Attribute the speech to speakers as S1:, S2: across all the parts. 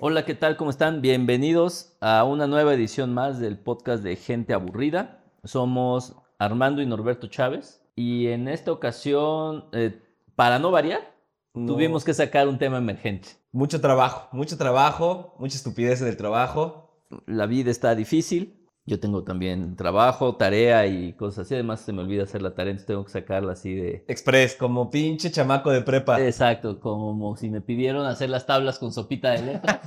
S1: Hola, ¿qué tal? ¿Cómo están? Bienvenidos a una nueva edición más del podcast de Gente Aburrida. Somos Armando y Norberto Chávez y en esta ocasión, eh, para no variar,
S2: No.
S1: tuvimos que sacar un tema emergente.
S2: Mucho trabajo, mucho trabajo, mucha estupidez en el trabajo.
S1: La vida está difícil. Yo tengo también trabajo, tarea y cosas así. Además, se me olvida hacer la tarea, entonces tengo que sacarla así de...
S2: Express, como pinche chamaco de prepa.
S1: Exacto, como si me pidieron hacer las tablas con sopita de letras.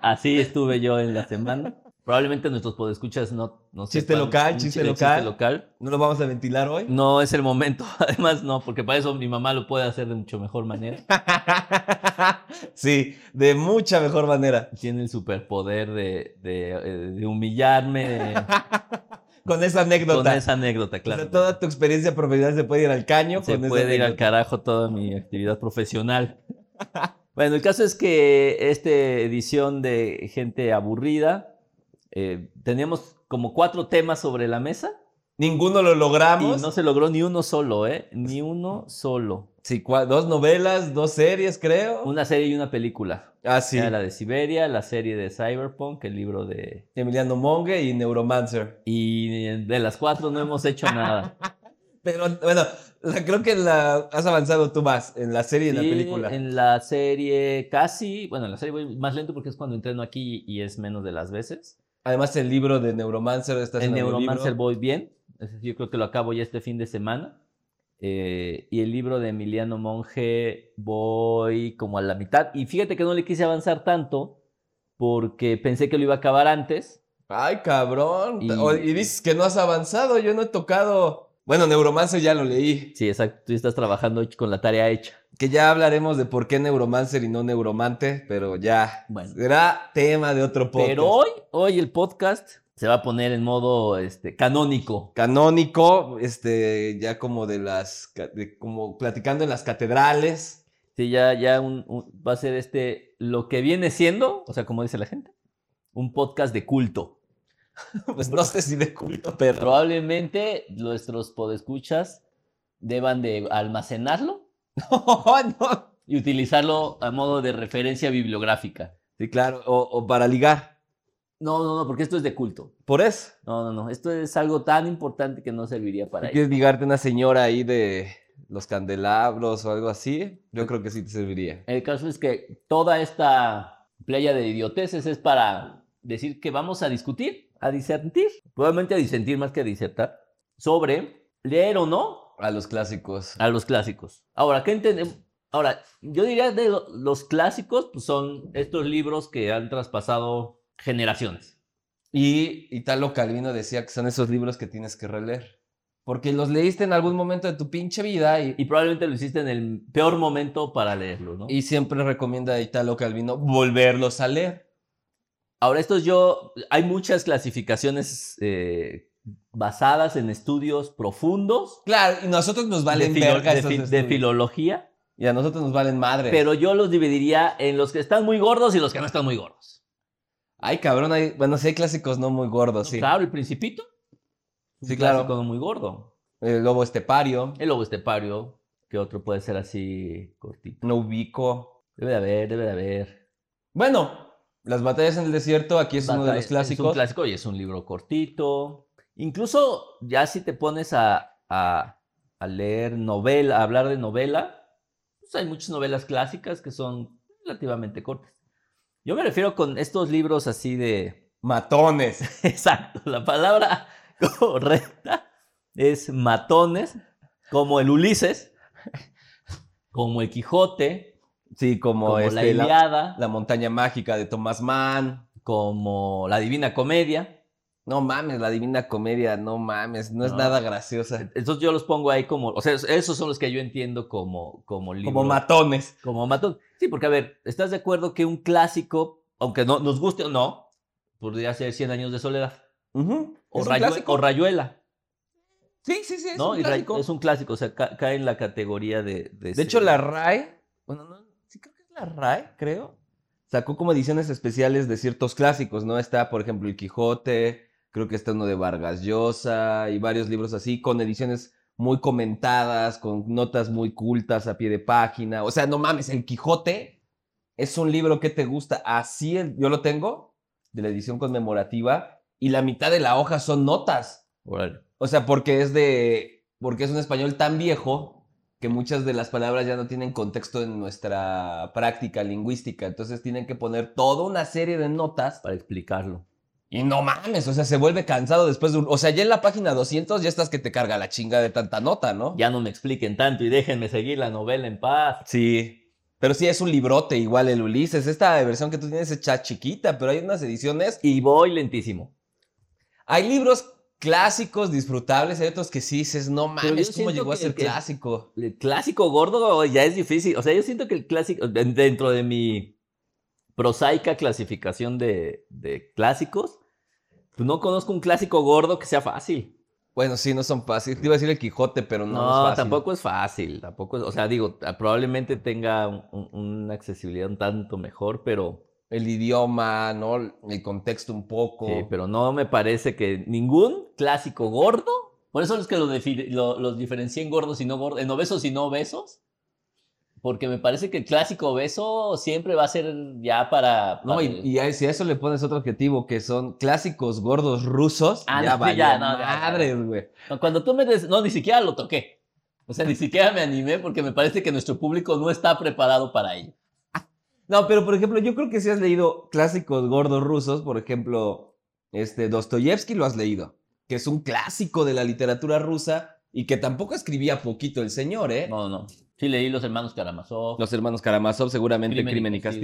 S1: Así estuve yo en la semana. Probablemente nuestros podescuchas no, no
S2: Chiste
S1: sepan
S2: local,
S1: un chi-
S2: chiste
S1: el
S2: local.
S1: local.
S2: No lo vamos a ventilar hoy.
S1: No es el momento, además no, porque para eso mi mamá lo puede hacer de mucho mejor manera.
S2: sí, de mucha mejor manera.
S1: Tiene el superpoder de, de, eh, de humillarme de-
S2: Con esa
S1: con
S2: anécdota.
S1: esa anécdota,
S2: O sea,
S1: claro.
S2: toda tu experiencia profesional se puede ir al caño.
S1: Se
S2: con esa
S1: puede ir al
S2: anécdota.
S1: carajo toda mi actividad profesional. Bueno, el caso es que esta edición de Gente Aburrida, eh, teníamos como cuatro temas sobre la mesa
S2: Ninguno lo
S1: y
S2: logramos.
S1: no se logró ni uno solo, ¿eh? Ni uno solo.
S2: Sí, cua- dos novelas, dos series, creo.
S1: Una serie y una película.
S2: Ah, sí.
S1: Era la de Siberia, la serie de Cyberpunk, el libro de
S2: Emiliano Monge y Neuromancer.
S1: Y de las cuatro no hemos hecho nada.
S2: Pero bueno, la- creo que la, has avanzado tú más en la serie y en la
S1: Sí,
S2: película.
S1: en la serie casi, bueno, en la serie voy más lento porque es cuando entreno aquí y es menos de las veces.
S2: Además, el libro de Neuromancer está
S1: En Neuromancer voy bien, es decir, yo creo que lo acabo ya este fin de semana. Eh, y el libro de Emiliano Monge voy como a la mitad. Y fíjate que no le quise avanzar tanto porque pensé que lo iba a acabar antes.
S2: Ay, cabrón.
S1: Y-
S2: O- Y... dices que no has avanzado. Yo no he tocado. Bueno, Neuromancer ya lo leí.
S1: Sí, exacto, tú estás trabajando con la tarea hecha.
S2: Que ya hablaremos de por qué Neuromancer y no Neuromante, pero ya.
S1: Bueno.
S2: Será tema de otro podcast.
S1: Pero hoy, hoy el podcast se va a poner en modo este, canónico.
S2: Canónico, este, ya como de las. ca- de- como platicando en las catedrales.
S1: Sí, ya, ya un- un- va a ser este, lo que viene siendo, o sea, como dice la gente, un podcast de culto.
S2: Pues no sé si de culto, pero.
S1: Probablemente nuestros podescuchas deban de almacenarlo
S2: No, no.
S1: y utilizarlo a modo de referencia bibliográfica.
S2: Sí, claro. O, o para ligar.
S1: No, no, no, porque esto es de culto.
S2: Por eso.
S1: No, no, no, esto es algo tan importante que no serviría para
S2: Si
S1: ello.
S2: quieres ligarte a una señora ahí de los candelabros o algo así, yo creo que sí te serviría.
S1: El caso es que toda esta playa de idioteces es para decir que vamos a discutir, a disentir, probablemente a disentir más que a disertar, sobre leer o no
S2: A los clásicos.
S1: a los clásicos. Ahora, ¿qué entendemos? Ahora, yo diría de lo- los clásicos, pues son estos libros que han traspasado generaciones.
S2: Y Italo Calvino decía que son esos libros que tienes que releer. Porque los leíste en algún momento de tu pinche vida y,
S1: Y probablemente lo hiciste en el peor momento para leerlo, ¿no?
S2: y siempre recomienda a Italo Calvino volverlos a leer.
S1: Ahora, estos yo, hay muchas clasificaciones eh, basadas en estudios profundos
S2: Claro, y nosotros nos valen
S1: de, filo-
S2: verga
S1: de
S2: esos
S1: fi- de
S2: estudios.
S1: filología,
S2: Y a nosotros nos valen madre.
S1: pero yo los dividiría en los que están muy gordos y los que no están muy gordos.
S2: Ay, cabrón, hay, bueno, sí hay clásicos no muy gordos, Pues sí.
S1: Claro, el principito.
S2: Sí,
S1: un
S2: claro.
S1: clásico muy gordo.
S2: El lobo estepario,
S1: El lobo estepario, que otro puede ser así cortito.
S2: no ubico.
S1: Debe de haber, debe de haber.
S2: Bueno, las batallas en el desierto, aquí es uno de
S1: Batalla-
S2: los
S1: Es un
S2: clásicos.
S1: clásico y es un libro cortito. Incluso ya si te pones a, a- a leer novela, a hablar de novela, pues hay muchas novelas clásicas que son relativamente cortas. Yo me refiero con estos libros así de,
S2: Matones.
S1: Exacto, la palabra correcta es matones, como el Ulises, como el Quijote,
S2: Sí, como,
S1: como, la
S2: este, la,
S1: Iliada,
S2: la montaña mágica de Thomas Mann.
S1: como la Divina Comedia.
S2: No mames, la divina comedia, no mames, no, es
S1: No.
S2: nada graciosa.
S1: Entonces yo los pongo ahí como, o sea, esos son los que yo entiendo como, como libros.
S2: Como matones.
S1: Como matón. Sí, porque a ver, ¿estás de acuerdo que un clásico, aunque no nos guste o no, podría ser 100 años de soledad?
S2: Ujú,
S1: O,
S2: es un
S1: Rayue-
S2: clásico.
S1: o Rayuela,
S2: Sí, sí, sí, es
S1: ¿no?
S2: un
S1: Y Ray-
S2: clásico.
S1: es un clásico, o sea, ca- cae en la categoría de... De,
S2: De
S1: ese-
S2: hecho, la RAE, bueno, no, sí creo que es la RAE, creo, sacó como ediciones especiales de ciertos clásicos, ¿no? Está, por ejemplo, El Quijote, creo que está uno de Vargas Llosa y varios libros así, con ediciones muy comentadas, con notas muy cultas a pie de página. O sea, no mames, El Quijote es un libro que te gusta. Así el- yo lo tengo, de la edición conmemorativa, y la mitad de la hoja son notas.
S1: Órale.
S2: O sea, porque es de. Porque es un español tan viejo que muchas de las palabras ya no tienen contexto en nuestra práctica lingüística. Entonces tienen que poner toda una serie de notas.
S1: Para explicarlo.
S2: Y no mames, o sea, se vuelve cansado después de un. O sea, ya en la página 200 ya estás que te carga la chinga de tanta nota, ¿no?
S1: Ya no me expliquen tanto y déjenme seguir la novela en paz.
S2: Sí. Pero sí, es un librote igual el Ulises. Esta versión que tú tienes hecha chiquita, pero hay unas ediciones.
S1: Y voy lentísimo.
S2: Hay libros clásicos disfrutables, hay otros que sí dices, no
S1: yo
S2: mames, ¿cómo
S1: siento
S2: llegó a
S1: que-
S2: ser
S1: que-
S2: clásico?
S1: El clásico gordo ya es difícil. O sea, yo siento que el clásico, de- dentro de mi prosaica clasificación de, de clásicos, pues no conozco un clásico gordo que sea fácil.
S2: Bueno, sí, no son fáciles. Te iba a decir el Quijote, pero no,
S1: No,
S2: no es fácil.
S1: tampoco es fácil. Tampoco es- o sea, digo, ah, probablemente tenga un- un- una accesibilidad un tanto mejor, pero,
S2: El idioma, ¿no? El contexto un poco.
S1: sí, pero no me parece que ningún clásico gordo, por eso los que los, defi- lo- los diferencié en gordos y no gordos, en obesos y no obesos. Porque me parece que el clásico obeso siempre va a ser ya para...
S2: No,
S1: para-
S2: y, y a- si a eso le pones otro adjetivo, que son clásicos gordos rusos,
S1: Ah,
S2: ya
S1: no, sí, ya,
S2: valió
S1: no, ya, ya, ya.
S2: madres, güey.
S1: No, Cuando tú me des... No, ni siquiera lo toqué. O sea, ni siquiera me animé porque me parece que nuestro público no está preparado para ello.
S2: No, pero por ejemplo, yo creo que si has leído clásicos gordos rusos, por ejemplo, este Dostoyevsky lo has leído, que es un clásico de la literatura rusa y que tampoco escribía poquito el señor, ¿eh?
S1: No, no. Sí leí Los Hermanos Karamazov.
S2: Los hermanos Karamazov, seguramente Crimen,
S1: Crimen y
S2: y castigo.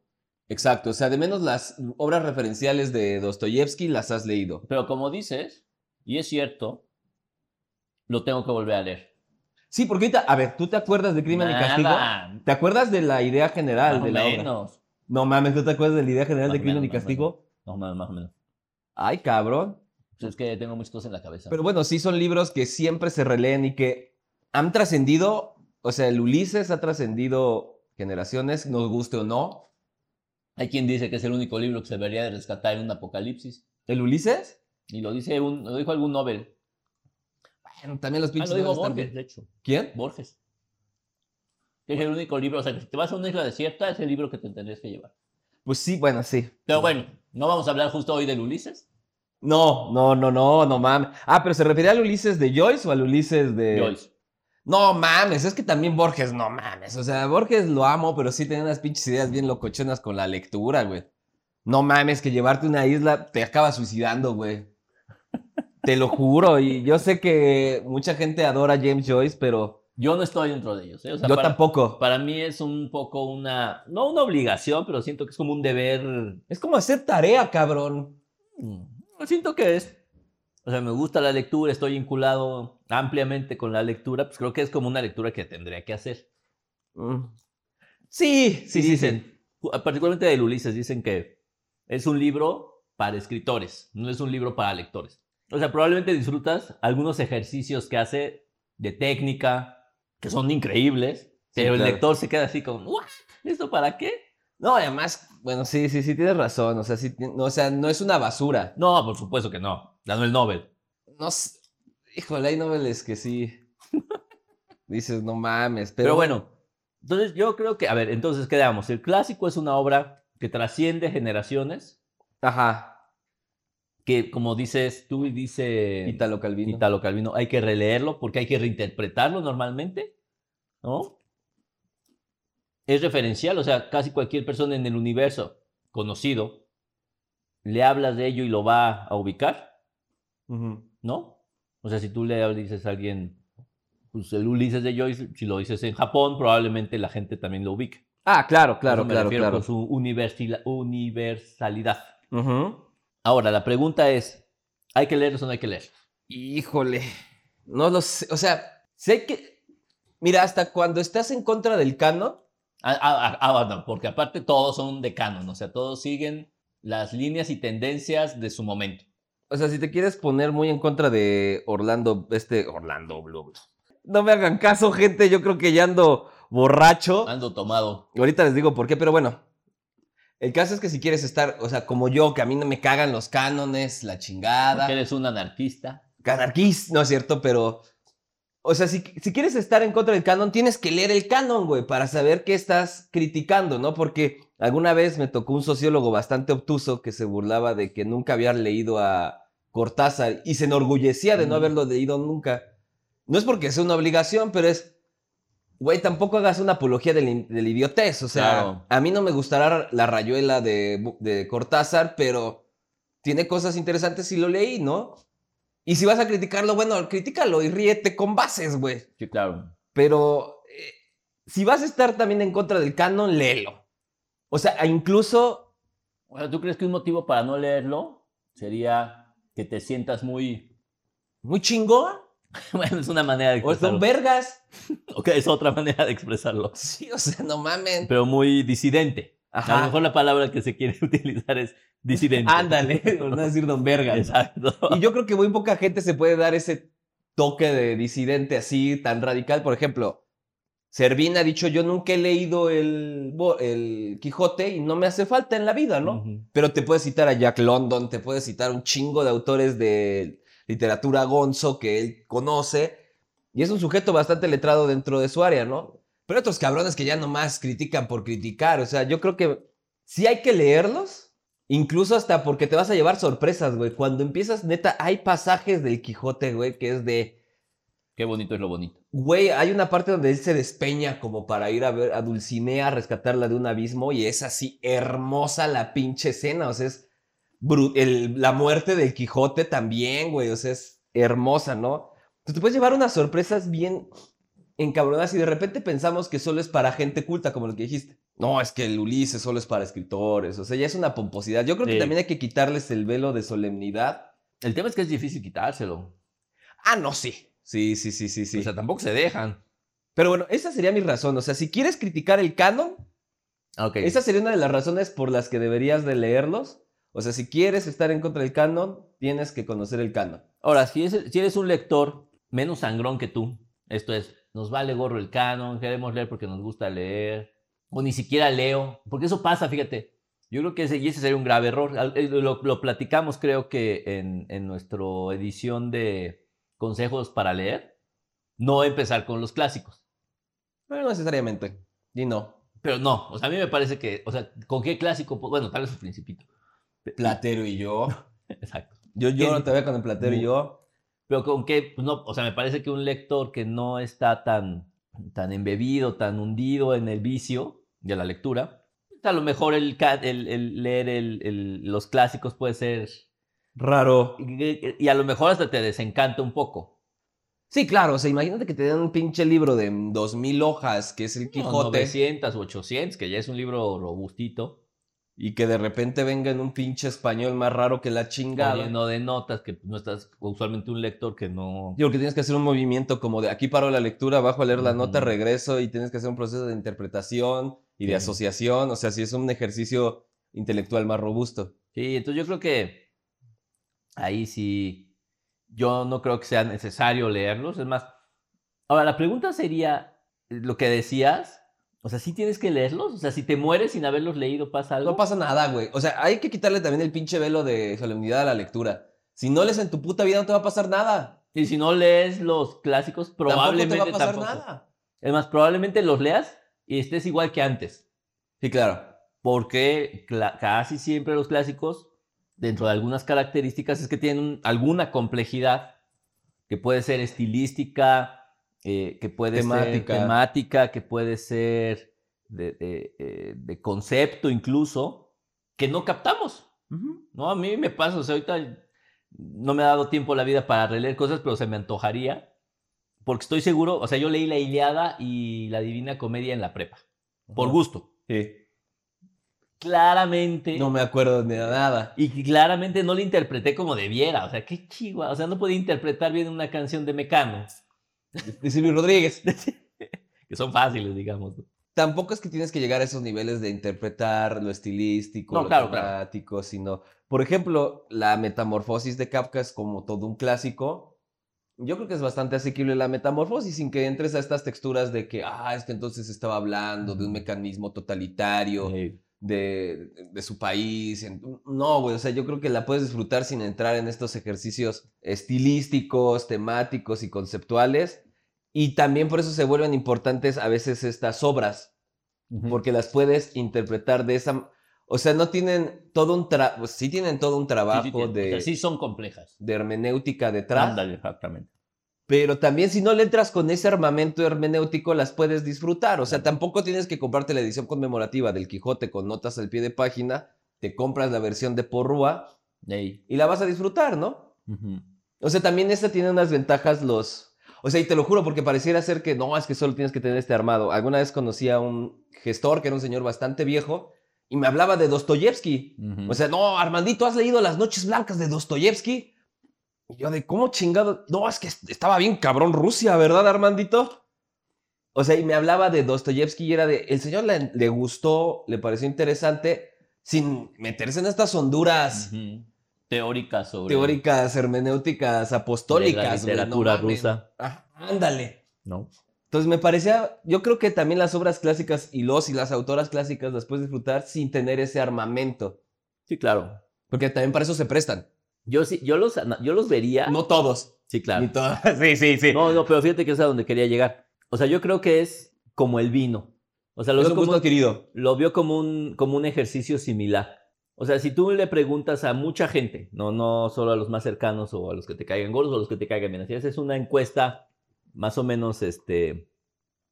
S1: Castigo.
S2: Exacto, o sea, de menos las obras referenciales de Dostoyevsky las has leído.
S1: Pero como dices, y es cierto, lo tengo que volver a leer.
S2: Sí, porque ahorita, a ver, ¿tú te acuerdas de Crimen y Castigo?
S1: Nada,
S2: ¿Te acuerdas de la idea general
S1: más o
S2: de la obra?
S1: menos.
S2: No mames, ¿tú te acuerdas de la idea general
S1: Más
S2: de
S1: o
S2: Crimen
S1: menos,
S2: y
S1: más o
S2: Castigo?
S1: No, más, más o menos.
S2: Ay, cabrón.
S1: Pues es que tengo muchas cosas en la cabeza.
S2: Pero bueno, sí son libros que siempre se releen y que han trascendido, o sea, el Ulises ha trascendido generaciones, nos guste o no.
S1: Hay quien dice que es el único libro que se debería de rescatar en un apocalipsis.
S2: ¿El Ulises?
S1: Y lo dice un, Ah, lo dijo algún Nobel.
S2: Bueno, también los
S1: Ah,
S2: pinches
S1: lo dijo
S2: novelas
S1: Borges,
S2: también.
S1: de hecho.
S2: ¿Quién?
S1: Borges. Que es el único libro. O sea, que si te vas a una isla desierta, es el libro que te tendrías que llevar.
S2: Pues sí, bueno, sí.
S1: Pero bueno, no vamos a hablar justo hoy del Ulises.
S2: No, no, no, no, no mames. Ah, pero ¿se refería al Ulises de Joyce o al Ulises de...?
S1: Joyce.
S2: No mames, es que también Borges, no mames. O sea, Borges lo amo, pero sí tenía unas pinches ideas bien locochonas con la lectura, güey. No mames, que llevarte a una isla te acaba suicidando, güey. Te lo juro, y yo sé que mucha gente adora a James Joyce, pero
S1: Yo no estoy dentro de ellos. ¿eh? O sea,
S2: yo
S1: para-
S2: tampoco.
S1: Para mí es un poco una, no una obligación, pero siento que es como un deber.
S2: Es como hacer tarea, cabrón.
S1: mm, Siento que es. O sea, me gusta la lectura, estoy vinculado ampliamente con la lectura, pues creo que es como una lectura que tendría que hacer.
S2: Mm. Sí, sí,
S1: Y
S2: sí,
S1: dicen,
S2: sí.
S1: ju- particularmente del Ulises, dicen que es un libro para escritores, no es un libro para lectores. O sea, probablemente disfrutas algunos ejercicios que hace de técnica, que son increíbles, pero el
S2: claro.
S1: lector se queda así como, "¿What? ¿esto para qué?
S2: No, y además, bueno, sí, sí, sí, tienes razón. O sea, sí, ti- no, o sea, no es una basura.
S1: No, por supuesto que no. Ganó el Nobel.
S2: No s- Híjole, hay noveles que sí. Dices, no mames,
S1: Pero,
S2: pero,
S1: bueno, entonces yo creo que, a ver, entonces quedamos. El clásico es una obra que trasciende generaciones,
S2: Ajá.
S1: que como dices tú y dice
S2: Italo Calvino.
S1: Italo Calvino, hay que releerlo porque hay que reinterpretarlo normalmente, ¿no? Es referencial, o sea, casi cualquier persona en el universo conocido le hablas de ello y lo va a ubicar.
S2: Ujú.
S1: ¿no? O sea, si tú le dices a alguien, pues el Ulises de Joyce, si lo dices en Japón, probablemente la gente también lo ubique.
S2: Ah, claro,
S1: A
S2: claro,
S1: eso me
S2: claro,
S1: refiero
S2: claro.
S1: Con su universila- universalidad.
S2: Ujú.
S1: Ahora, la pregunta es, ¿hay que leerlos o no hay que leer?
S2: Híjole. No lo sé. O sea, sé que. Mira, hasta cuando estás en contra del canon.
S1: Ah, ah, ah, ah, no, porque aparte todos son de canon, o sea, todos siguen las líneas y tendencias de su momento.
S2: O sea, si te quieres poner muy en contra de Orlando, este Orlando Bloom. No me hagan caso, gente. Yo creo que ya ando borracho.
S1: Ando tomado.
S2: Ahorita les digo por qué, pero bueno. El caso es que si quieres estar, o sea, como yo, que a mí no me cagan los cánones, la chingada.
S1: Porque eres un anarquista.
S2: Canarquís, no es cierto, pero O sea, si, si quieres estar en contra del canon, tienes que leer el canon, güey, para saber qué estás criticando, ¿no? Porque alguna vez me tocó un sociólogo bastante obtuso que se burlaba de que nunca había leído a Cortázar y se enorgullecía de no
S1: Mm.
S2: haberlo leído nunca. No es porque sea una obligación, pero es, güey, tampoco hagas una apología del, in- del idiotez. O sea,
S1: Claro.
S2: a mí no me gustará la rayuela de, Bu- de Cortázar, pero tiene cosas interesantes si lo leí, ¿no? Y si vas a criticarlo, bueno, critícalo y ríete con bases, güey.
S1: Sí, claro.
S2: Pero eh, si vas a estar también en contra del canon, léelo. O sea, e incluso,
S1: Bueno, ¿tú crees que un motivo para no leerlo sería que te sientas muy...
S2: muy chingón.
S1: Bueno, es una manera de
S2: O son
S1: expresarlo.
S2: vergas.
S1: Ok, es otra manera de expresarlo.
S2: Sí, o sea, no mamen.
S1: Pero muy disidente. A lo
S2: Ajá.
S1: mejor la palabra que se quiere utilizar es disidente.
S2: Ándale, por no decir don vergas.
S1: Exacto.
S2: Y yo creo que muy poca gente se puede dar ese toque de disidente así tan radical. Por ejemplo, Servín ha dicho, yo nunca he leído el, bo- el Quijote y no me hace falta en la vida, ¿no?
S1: Ujú.
S2: Pero te puedes citar a Jack London, te puedes citar un chingo de autores de literatura gonzo que él conoce. Y es un sujeto bastante letrado dentro de su área, ¿no? Pero otros cabrones que ya nomás critican por criticar. O sea, yo creo que sí hay que leerlos. Incluso hasta porque te vas a llevar sorpresas, güey. Cuando empiezas, neta, hay pasajes del Quijote, güey, que es de...
S1: Qué bonito es lo bonito.
S2: Güey, hay una parte donde él se despeña como para ir a ver a Dulcinea, a rescatarla de un abismo, y es así hermosa la pinche escena. O sea, es bru- el- la muerte del Quijote también, güey. O sea, es hermosa, ¿no? Entonces te puedes llevar unas sorpresas bien encabronadas y de repente pensamos que solo es para gente culta, como lo que dijiste. No, es que el Ulises solo es para escritores. O sea, ya es una pomposidad. Yo creo que
S1: Sí.
S2: también hay que quitarles el velo de solemnidad.
S1: El tema es que es difícil quitárselo.
S2: Ah, no, sí. Sí, sí, sí, sí, sí.
S1: O sea, tampoco se dejan.
S2: Pero bueno, esa sería mi razón. O sea, si quieres criticar el canon,
S1: Ok.
S2: esa sería una de las razones por las que deberías de leerlos. O sea, si quieres estar en contra del canon, tienes que conocer el canon.
S1: Ahora, si, es- si eres un lector menos sangrón que tú, esto es, nos vale gorro el canon, queremos leer porque nos gusta leer, o ni siquiera leo, porque eso pasa, fíjate. Yo creo que ese, y ese sería un grave error. Al- eh, Lo, lo platicamos, creo que en, en nuestra edición de consejos para leer, no empezar con los clásicos.
S2: Pero no necesariamente. Y no.
S1: Pero no, o sea, a mí me parece que, o sea, ¿con qué clásico? Pues, Bueno, tal vez el Principito.
S2: Platero y yo.
S1: Exacto.
S2: Yo lloro todavía con el Platero y yo.
S1: Pero con qué, pues, no, o sea, me parece que un lector que no está tan, tan embebido, tan hundido en el vicio de la lectura, pues, a lo mejor el, ca- el- el leer el- el- los clásicos puede ser,
S2: Raro.
S1: y a lo mejor hasta te desencanta un poco.
S2: Sí, claro. O sea, imagínate que te den un pinche libro de 2000 hojas, que es el
S1: Unos
S2: Quijote,
S1: 900 u 800, que ya es un libro robustito,
S2: y que de repente venga en un pinche español más raro que la chingada.
S1: lleno de notas, que no estás usualmente un lector que no...
S2: Yo creo que tienes que hacer un movimiento como de aquí paro la lectura, bajo a leer la nota,
S1: Ujú.
S2: regreso y tienes que hacer un proceso de interpretación y de
S1: Sí.
S2: asociación. O sea, si es un ejercicio intelectual más robusto.
S1: Sí, entonces yo creo que ahí sí, yo no creo que sea necesario leerlos. Es más, ahora la pregunta sería eh, lo que decías, o sea, ¿sí tienes que leerlos? O sea, si te mueres sin haberlos leído, ¿pasa algo?
S2: No pasa nada, güey. O sea, hay que quitarle también el pinche velo de solemnidad a la lectura. Si no lees en tu puta vida, no te va a pasar nada.
S1: Y si no lees los clásicos, probablemente
S2: tampoco te va a pasar
S1: tampoco.
S2: nada.
S1: Es más, probablemente los leas y estés igual que antes.
S2: Sí, claro.
S1: Porque cla- casi siempre los clásicos, dentro de algunas características, es que tienen un- alguna complejidad que puede ser estilística, eh, que puede
S2: Temática.
S1: ser temática, que puede ser de, de- eh, de concepto incluso, que no captamos. No, a mí me pasa, o sea, ahorita no me ha dado tiempo la vida para releer cosas, pero se me antojaría, porque estoy seguro, o sea, yo leí La Iliada y La Divina Comedia en la prepa, por
S2: Ajá.
S1: gusto
S2: Sí.
S1: claramente
S2: No me acuerdo de nada.
S1: y que claramente no le interpreté como debiera. O sea, qué chihuahua. O sea, no podía interpretar bien una canción de Mecano,
S2: De Silvio Rodríguez.
S1: que son fáciles, digamos. ¿no?
S2: tampoco es que tienes que llegar a esos niveles de interpretar lo estilístico,
S1: No,
S2: lo
S1: claro, claro.
S2: dramático, sino, por ejemplo, la metamorfosis de Kafka es como todo un clásico. Yo creo que es bastante asequible la metamorfosis sin que entres a estas texturas de que, ah, es que entonces estaba hablando de un mecanismo totalitario,
S1: Eh,
S2: de, de su país. en- No, güey, o sea, yo creo que la puedes disfrutar sin entrar en estos ejercicios estilísticos, temáticos y conceptuales. Y también por eso se vuelven importantes a veces estas obras,
S3: Ujú.
S2: porque las puedes interpretar de esa... O sea, no tienen todo un trabajo, sí tienen todo un trabajo
S3: Sí, sí, tiene- o
S2: de,
S3: sea, sí son complejas.
S2: de hermenéutica detrás,
S3: Ándale, exactamente.
S2: pero también si no le entras con ese armamento hermenéutico, las puedes disfrutar. O sea, tampoco tienes que comprarte la edición conmemorativa del Quijote con notas al pie de página, te compras la versión de Porrúa
S3: Ey.
S2: y la vas a disfrutar, ¿no?
S3: Ujú.
S2: O sea, también esta tiene unas ventajas los... O sea, y te lo juro, porque pareciera ser que no, es que solo tienes que tener este armado. Alguna vez conocí a un gestor que era un señor bastante viejo y me hablaba de Dostoyevsky.
S3: Ujú.
S2: O sea, no, Armandito, ¿has leído Las Noches Blancas de Dostoyevsky? Y yo de, ¿cómo chingado? No, es que est- estaba bien cabrón Rusia, ¿verdad, Armandito? O sea, y me hablaba de Dostoyevsky y era de, el señor le, le gustó, le pareció interesante, sin meterse en estas honduras
S3: Ujú. teórica sobre.
S2: teóricas hermenéuticas apostólicas.
S3: De la
S2: güey, no
S3: literatura
S2: mames.
S3: rusa.
S2: Ajá, ándale.
S3: ¿no?
S2: Entonces me parecía, yo creo que también las obras clásicas y los y las autoras clásicas las puedes disfrutar sin tener ese armamento.
S1: Sí, claro.
S2: Porque también para eso se prestan.
S1: Yo sí, yo los, ana- yo los vería.
S2: No todos.
S1: sí, claro.
S2: Ni todas. Sí, sí, sí.
S1: No, no, pero fíjate que es a donde quería llegar. O sea, yo creo que es como el vino. O sea, lo
S2: es
S1: veo
S2: un
S1: como,
S2: gusto adquirido.
S1: lo veo como un, como un ejercicio similar. O sea, si tú le preguntas a mucha gente, no, no solo a los más cercanos o a los que te caigan gordos o a los que te caigan bien, así es, es una encuesta más o menos este,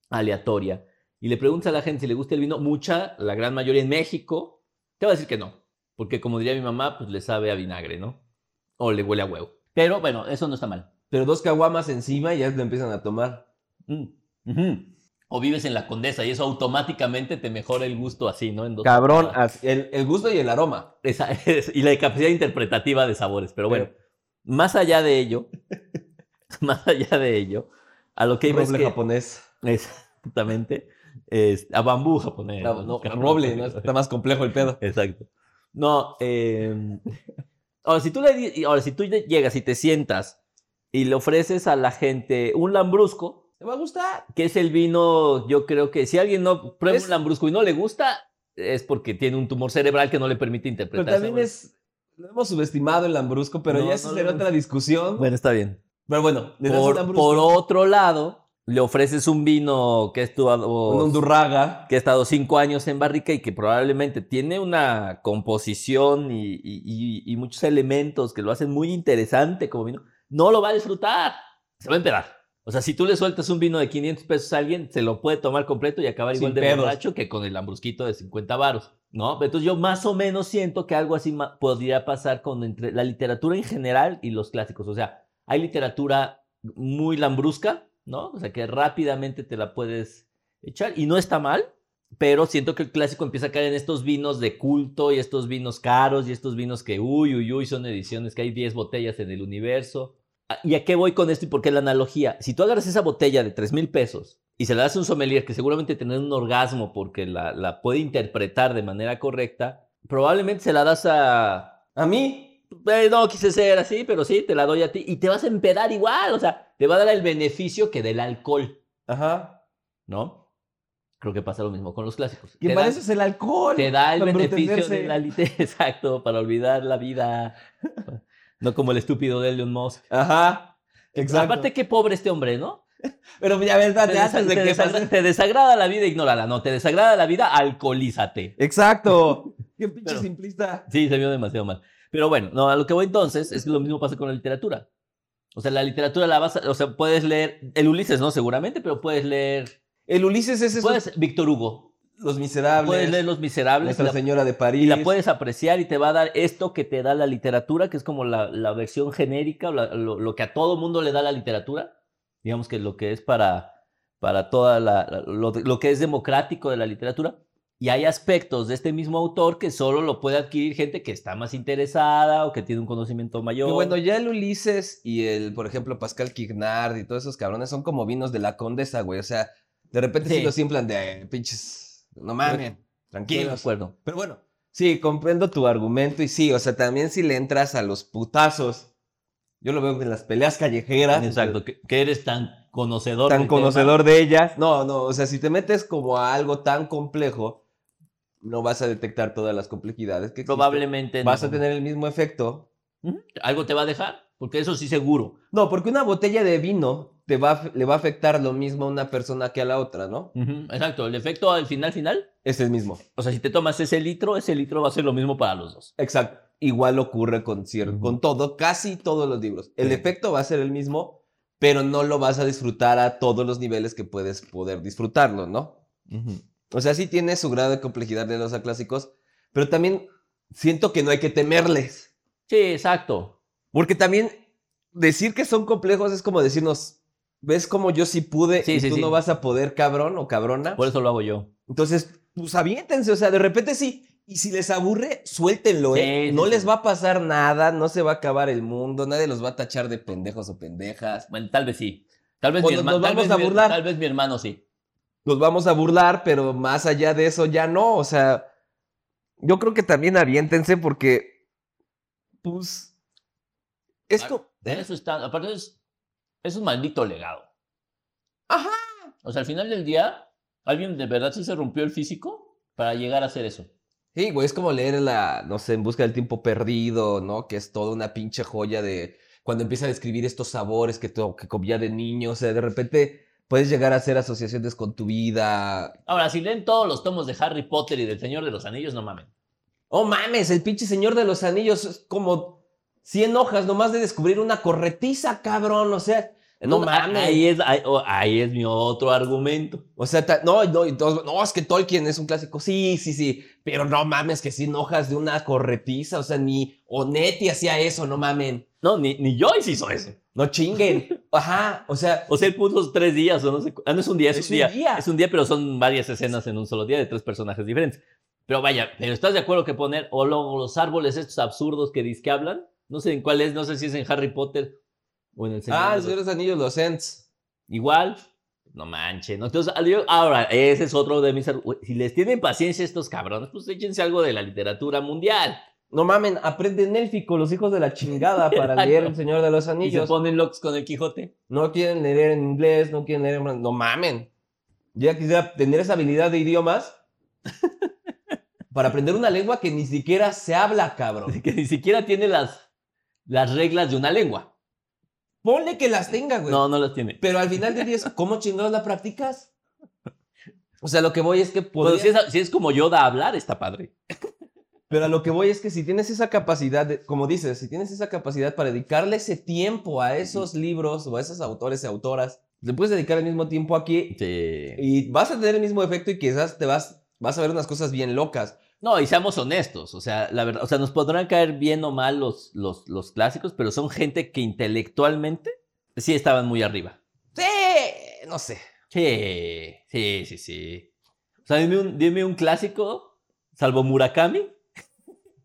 S1: aleatoria. Y le preguntas a la gente si le gusta el vino, mucha, la gran mayoría en México, te va a decir que no. Porque como diría mi mamá, pues le sabe a vinagre, ¿no? O le huele a huevo.
S3: Pero bueno, eso no está mal.
S2: Pero dos caguamas encima y ya lo empiezan a tomar.
S1: Mm.
S3: Ujú. O vives en la condesa y eso automáticamente te mejora el gusto así, ¿no? En dos- Ah,
S2: as- El, el gusto y el aroma.
S1: Esa- es- y la capacidad interpretativa de sabores. Pero bueno, más allá de ello, más allá de ello, a lo que iba es
S2: roble
S1: que-
S2: japonés.
S1: Exactamente. es- a bambú
S3: Eh,
S1: japonés.
S2: No, no, roble, ¿no? está más complejo el pedo.
S1: Exacto. No, eh, ahora, si tú le, di- ahora, si tú llegas y te sientas y le ofreces a la gente un lambrusco,
S2: ¿Te va a gustar?
S3: Pues
S1: que es el vino, yo creo que si alguien no prueba
S2: Es-
S1: un lambrusco y no le gusta, es porque tiene un tumor cerebral que no le permite
S2: Pero
S1: interpretar.
S2: también
S1: sabores.
S2: es. Lo hemos subestimado el Lambrusco, pero
S1: No,
S2: ya esa
S1: no lo
S2: será
S1: hemos-
S2: otra discusión.
S1: Bueno, está bien.
S2: pero bueno, le das un
S1: Por,
S2: Lambrusco.
S1: por otro lado, le ofreces un vino que ha
S2: un
S1: estado,
S2: Undurraga.
S1: que ha estado cinco años en barrica y que probablemente tiene una composición y, y- y- y muchos elementos que lo hacen muy interesante como vino. No lo va a disfrutar, se va a empedar. O sea, si tú le sueltas un vino de 500 pesos a alguien, se lo puede tomar completo y acabar
S2: Sin
S1: igual de
S2: pedos.
S1: borracho que con el lambrusquito de 50 varos, ¿no? Entonces yo más o menos siento que algo así ma- podría pasar con entre la literatura en general y los clásicos. O sea, hay literatura muy lambrusca, ¿no? O sea, que rápidamente te la puedes echar y no está mal, pero siento que el clásico empieza a caer en estos vinos de culto y estos vinos caros y estos vinos que, uy, uy, uy, son ediciones que hay 10 botellas en el universo. Ah, ¿Y a qué voy con esto y por qué la analogía? Si tú agarras esa botella de 3 mil pesos y se la das a un sommelier que seguramente tendrá un orgasmo porque la, la puede interpretar de manera correcta, probablemente se la das a
S2: A mí.
S1: eh, no quise ser así, pero sí, te la doy a ti. Y te vas a empedar igual, o sea, te va a dar el beneficio que del alcohol,
S2: Ajá.
S1: ¿no? Creo que pasa lo mismo con los clásicos.
S2: Que
S1: Te
S2: para
S1: da-
S2: eso es el alcohol.
S1: te da el
S2: para
S1: beneficio
S2: embrutecerse.
S1: de la literatura, exacto, para olvidar la vida. No como el estúpido de Elon Musk.
S2: Ajá. Exacto.
S1: Aparte, qué pobre este hombre, ¿no?
S2: pero ya ves, date
S1: Te, desa-
S2: antes de
S1: te
S2: que
S1: desagra-
S2: pase.
S1: te desagrada la vida, ignórala. No, te desagrada la vida, alcoholízate.
S2: Exacto. Qué pinche
S1: Pero-
S2: simplista.
S1: Sí, se vio demasiado mal. Pero bueno, no, a lo que voy entonces es que lo mismo pasa con la literatura. O sea, la literatura la vas a, o sea, puedes leer, el Ulises no seguramente, pero puedes leer,
S2: El Ulises es esos-
S1: puedes, Víctor Hugo,
S2: Los Miserables.
S1: puedes Pues, leer Los Miserables y
S2: Nuestra
S1: la,
S2: Señora de París.
S1: y la puedes apreciar y te va a dar esto que te da la literatura, que es como la, la versión genérica, o la- lo, lo que a todo mundo le da la literatura, digamos que lo que es para, para toda la, la- lo, lo que es democrático de la literatura. Y hay aspectos de este mismo autor que solo lo puede adquirir gente que está más interesada o que tiene un conocimiento
S2: Que
S1: mayor.
S2: bueno, ya el Ulises y el, por ejemplo, Pascal Quignard y todos esos cabrones son como vinos de la condesa, güey. O sea, de repente sí,
S1: Sí.
S2: los inflan de eh, pinches. No mames.
S1: Estoy de
S2: Tranquilos.
S1: acuerdo.
S2: Pero bueno, sí, comprendo tu argumento y sí, o sea, también si le entras a los putazos, yo lo veo en las peleas callejeras.
S1: Exacto, que, que eres tan conocedor.
S2: Tan
S1: del tema.
S2: conocedor de ellas. No, no, o sea, si te metes como a algo tan complejo, no vas a detectar todas las complejidades que existen.
S1: Probablemente
S2: Vas
S1: no.
S2: a tener el mismo efecto.
S1: Ujú, Algo te va a dejar, porque eso sí seguro.
S2: No, porque una botella de vino te va, le va a afectar lo mismo a una persona que a la otra, ¿no?
S1: Ujú, Exacto, el efecto al final final,
S2: Es el mismo.
S1: o sea, si te tomas ese litro, ese litro va a ser lo mismo para los dos.
S2: Exacto. Igual ocurre con, cier- con todo, casi todos los libros. El
S1: Sí.
S2: efecto va a ser el mismo, pero no lo vas a disfrutar a todos los niveles que puedes poder disfrutarlo, ¿no? O sea, sí tiene su grado de complejidad de los clásicos, pero también siento que no hay que temerles.
S1: Sí, exacto.
S2: Porque también decir que son complejos es como decirnos, ¿ves cómo yo sí pude
S1: Sí,
S2: y
S1: sí,
S2: tú
S1: sí.
S2: no vas a poder, cabrón o cabrona?
S1: Por eso lo hago yo.
S2: Entonces, pues aviéntense, o sea, de repente sí. Y si les aburre, suéltenlo, ¿eh?
S1: Sí, sí,
S2: no
S1: sí.
S2: les va a pasar nada, no se va a acabar el mundo, nadie los va a tachar de pendejos o pendejas.
S1: Bueno, tal vez sí. Tal vez,
S2: O
S1: mi,
S2: nos-
S1: herma-
S2: nos
S1: tal
S2: vamos
S1: vez
S2: a
S1: mi-
S2: burlar.
S1: tal vez mi hermano sí.
S2: Nos vamos a burlar, pero más allá de eso ya no, o sea, yo creo que también aviéntense porque, pues, esto...
S1: Eso está, aparte es, es un maldito legado.
S2: Ajá.
S1: O sea, al final del día, alguien de verdad sí se rompió el físico para llegar a hacer eso.
S2: Sí, güey, es como leer la, no sé, En busca del tiempo perdido, ¿no? Que es toda una pinche joya de cuando empieza a describir estos sabores que, to- que comía de niño, o sea, de repente puedes llegar a hacer asociaciones con tu vida.
S1: Ahora, si leen todos los tomos de Harry Potter y del Señor de los Anillos, no mamen.
S2: Oh, mames, el pinche Señor de los Anillos es como 100 hojas nomás de descubrir una corretiza, cabrón, o sea, no
S1: Entonces, a-
S2: mames.
S1: Ahí es, ahí, o- ahí es mi otro argumento.
S2: O sea, ta- no, no, y todos, no, es que Tolkien es un clásico. Sí, sí, sí, pero no mames que 100 hojas de una corretiza, o sea, ni Onetti hacía eso, no mamen.
S1: No, ni, ni Joyce hizo eso.
S2: No chinguen. Ajá, o sea,
S1: O sea, él puso tres días o no sé. cu- Ah, no es un día, es, un día. Es un día, pero son varias escenas en un solo día de tres personajes diferentes. Pero vaya, pero ¿estás de acuerdo que poner o luego los árboles estos absurdos que dizque hablan? No sé en cuál es, no sé si es en Harry Potter o en el Señor.
S2: ah,
S1: de
S2: el
S1: los-
S2: Señor de los Anillos, los Ents.
S1: Igual, no manches. ¿no? Entonces, al- yo- ahora, ese es otro de mis. argu- güey, Si les tienen paciencia estos cabrones, pues échense algo de la literatura mundial.
S2: No mamen, aprenden élfico, los hijos de la chingada, para
S1: Exacto.
S2: leer El Señor de los
S1: Y se
S2: Anillos.
S1: ponen locos con el Quijote.
S2: No quieren leer en inglés, no quieren leer en... fran- No mamen. Ya quisiera tener esa habilidad de idiomas para aprender una lengua que ni siquiera se habla, cabrón.
S1: Que ni siquiera tiene las, las reglas de una lengua.
S2: Ponle que las tenga, güey.
S1: No, no las tiene.
S2: Pero al final del día es, ¿cómo chingados la practicas? O sea, lo que voy es que
S1: Bueno,
S2: podrías-
S1: Pues si, es, si es como Yoda hablar, está padre.
S2: Pero a lo que voy es que si tienes esa capacidad, de- como dices, si tienes esa capacidad para dedicarle ese tiempo a esos libros o a esos autores y autoras, le puedes dedicar el mismo tiempo aquí
S1: Sí.
S2: y vas a tener el mismo efecto y quizás te vas, vas a ver unas cosas bien locas.
S1: No, y seamos honestos, o sea, la verdad, o sea, nos podrán caer bien o mal los, los, los clásicos, pero son gente que intelectualmente sí estaban muy arriba.
S2: Sí, no sé.
S1: Sí, sí, sí, sí. O sea, dime un, dime un clásico, salvo Murakami,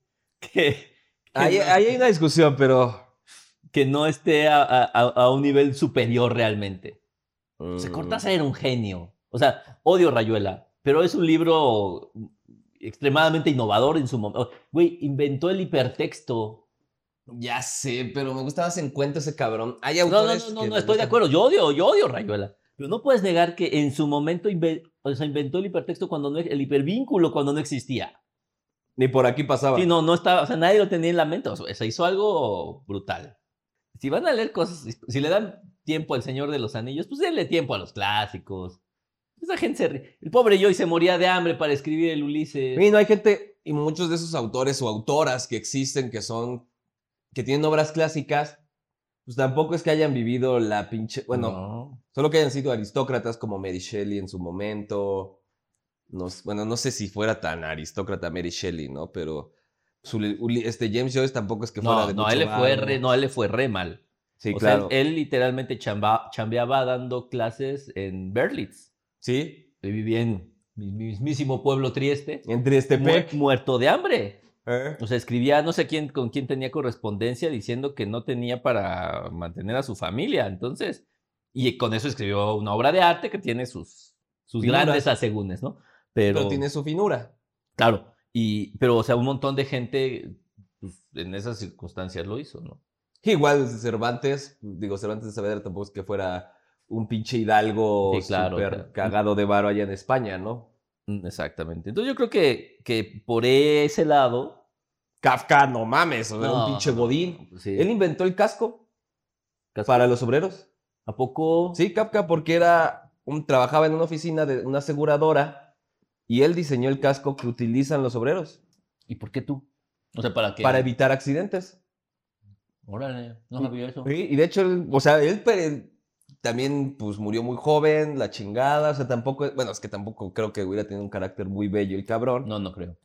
S1: que,
S2: Ahí, ahí hay una discusión, pero...
S1: que no esté a, a- a- a un nivel superior realmente. O
S2: Mm.
S1: sea, Cortázar era un genio. O sea, odio Rayuela, pero es un libro extremadamente innovador en su momento. Güey, inventó el hipertexto.
S2: Ya sé, pero me gusta más en cuento ese cabrón. Hay
S1: No, no,
S2: autores
S1: no, no,
S2: que
S1: no,
S2: me
S1: estoy de
S2: gustan-
S1: acuerdo. Yo odio, yo odio Rayuela. Pero no puedes negar que en su momento inve- o sea, inventó el hipertexto cuando no, el hipervínculo cuando no existía.
S2: Ni por aquí pasaba.
S1: Sí, no, no estaba, o sea, nadie lo tenía en la mente. O sea, se hizo algo brutal. Si van a leer cosas, si le dan tiempo al Señor de los Anillos, pues denle tiempo a los clásicos. Esa gente se ríe. El pobre Joy se moría de hambre para escribir el Ulises.
S2: Y no hay gente, y muchos de esos autores o autoras que existen, que son, que tienen obras clásicas, pues tampoco es que hayan vivido la pinche, bueno,
S1: No.
S2: solo que hayan sido aristócratas como Mary Shelley en su momento. No, s- bueno, no sé si fuera tan aristócrata Mary Shelley, ¿no? Pero su li- Uli- este James Joyce tampoco es que fuera
S1: No,
S2: de
S1: no,
S2: mucho
S1: él le fue
S2: barro.
S1: re, no, él le fue re mal.
S2: Sí,
S1: O sea,
S2: claro.
S1: él, él literalmente chamba- chambeaba dando clases en Berlitz.
S2: sí,
S1: Yo vivía en mi mismísimo pueblo Trieste.
S2: entre este
S1: Muer-
S2: pec.
S1: muerto de hambre. O sea, escribía, no sé quién, con quién tenía correspondencia diciendo que no tenía para mantener a su familia. Entonces, y con eso escribió una obra de arte que tiene sus, sus
S2: Figuras.
S1: grandes asegúnes, ¿no? Pero,
S2: pero, tiene su finura.
S1: claro, y, pero, o sea, un montón de gente pues, en esas circunstancias lo hizo, ¿no?
S2: Igual Cervantes, digo, Cervantes de Saavedra tampoco es que fuera un pinche hidalgo
S1: Sí, claro,
S2: súper
S1: claro.
S2: cagado de varo allá en España, ¿no?
S1: Mm, Exactamente. Entonces, yo creo que, que por ese lado.
S2: Kafka, no mames, o sea, era
S1: No,
S2: un pinche godín.
S1: no, no, sí.
S2: Él inventó el casco
S1: Casco.
S2: para los obreros.
S1: ¿A poco?
S2: Sí, Kafka, porque era un, trabajaba en una oficina de una aseguradora y él diseñó el casco que utilizan los obreros
S1: ¿Y por qué tú? O sea, ¿para qué?
S2: para evitar accidentes.
S1: Órale, no sabía eso.
S2: Sí, y de hecho, él- o sea, él pe- también pues murió muy joven, la chingada, o sea, tampoco, bueno, es que tampoco creo que hubiera tenido un carácter muy bello el cabrón.
S1: No, no creo.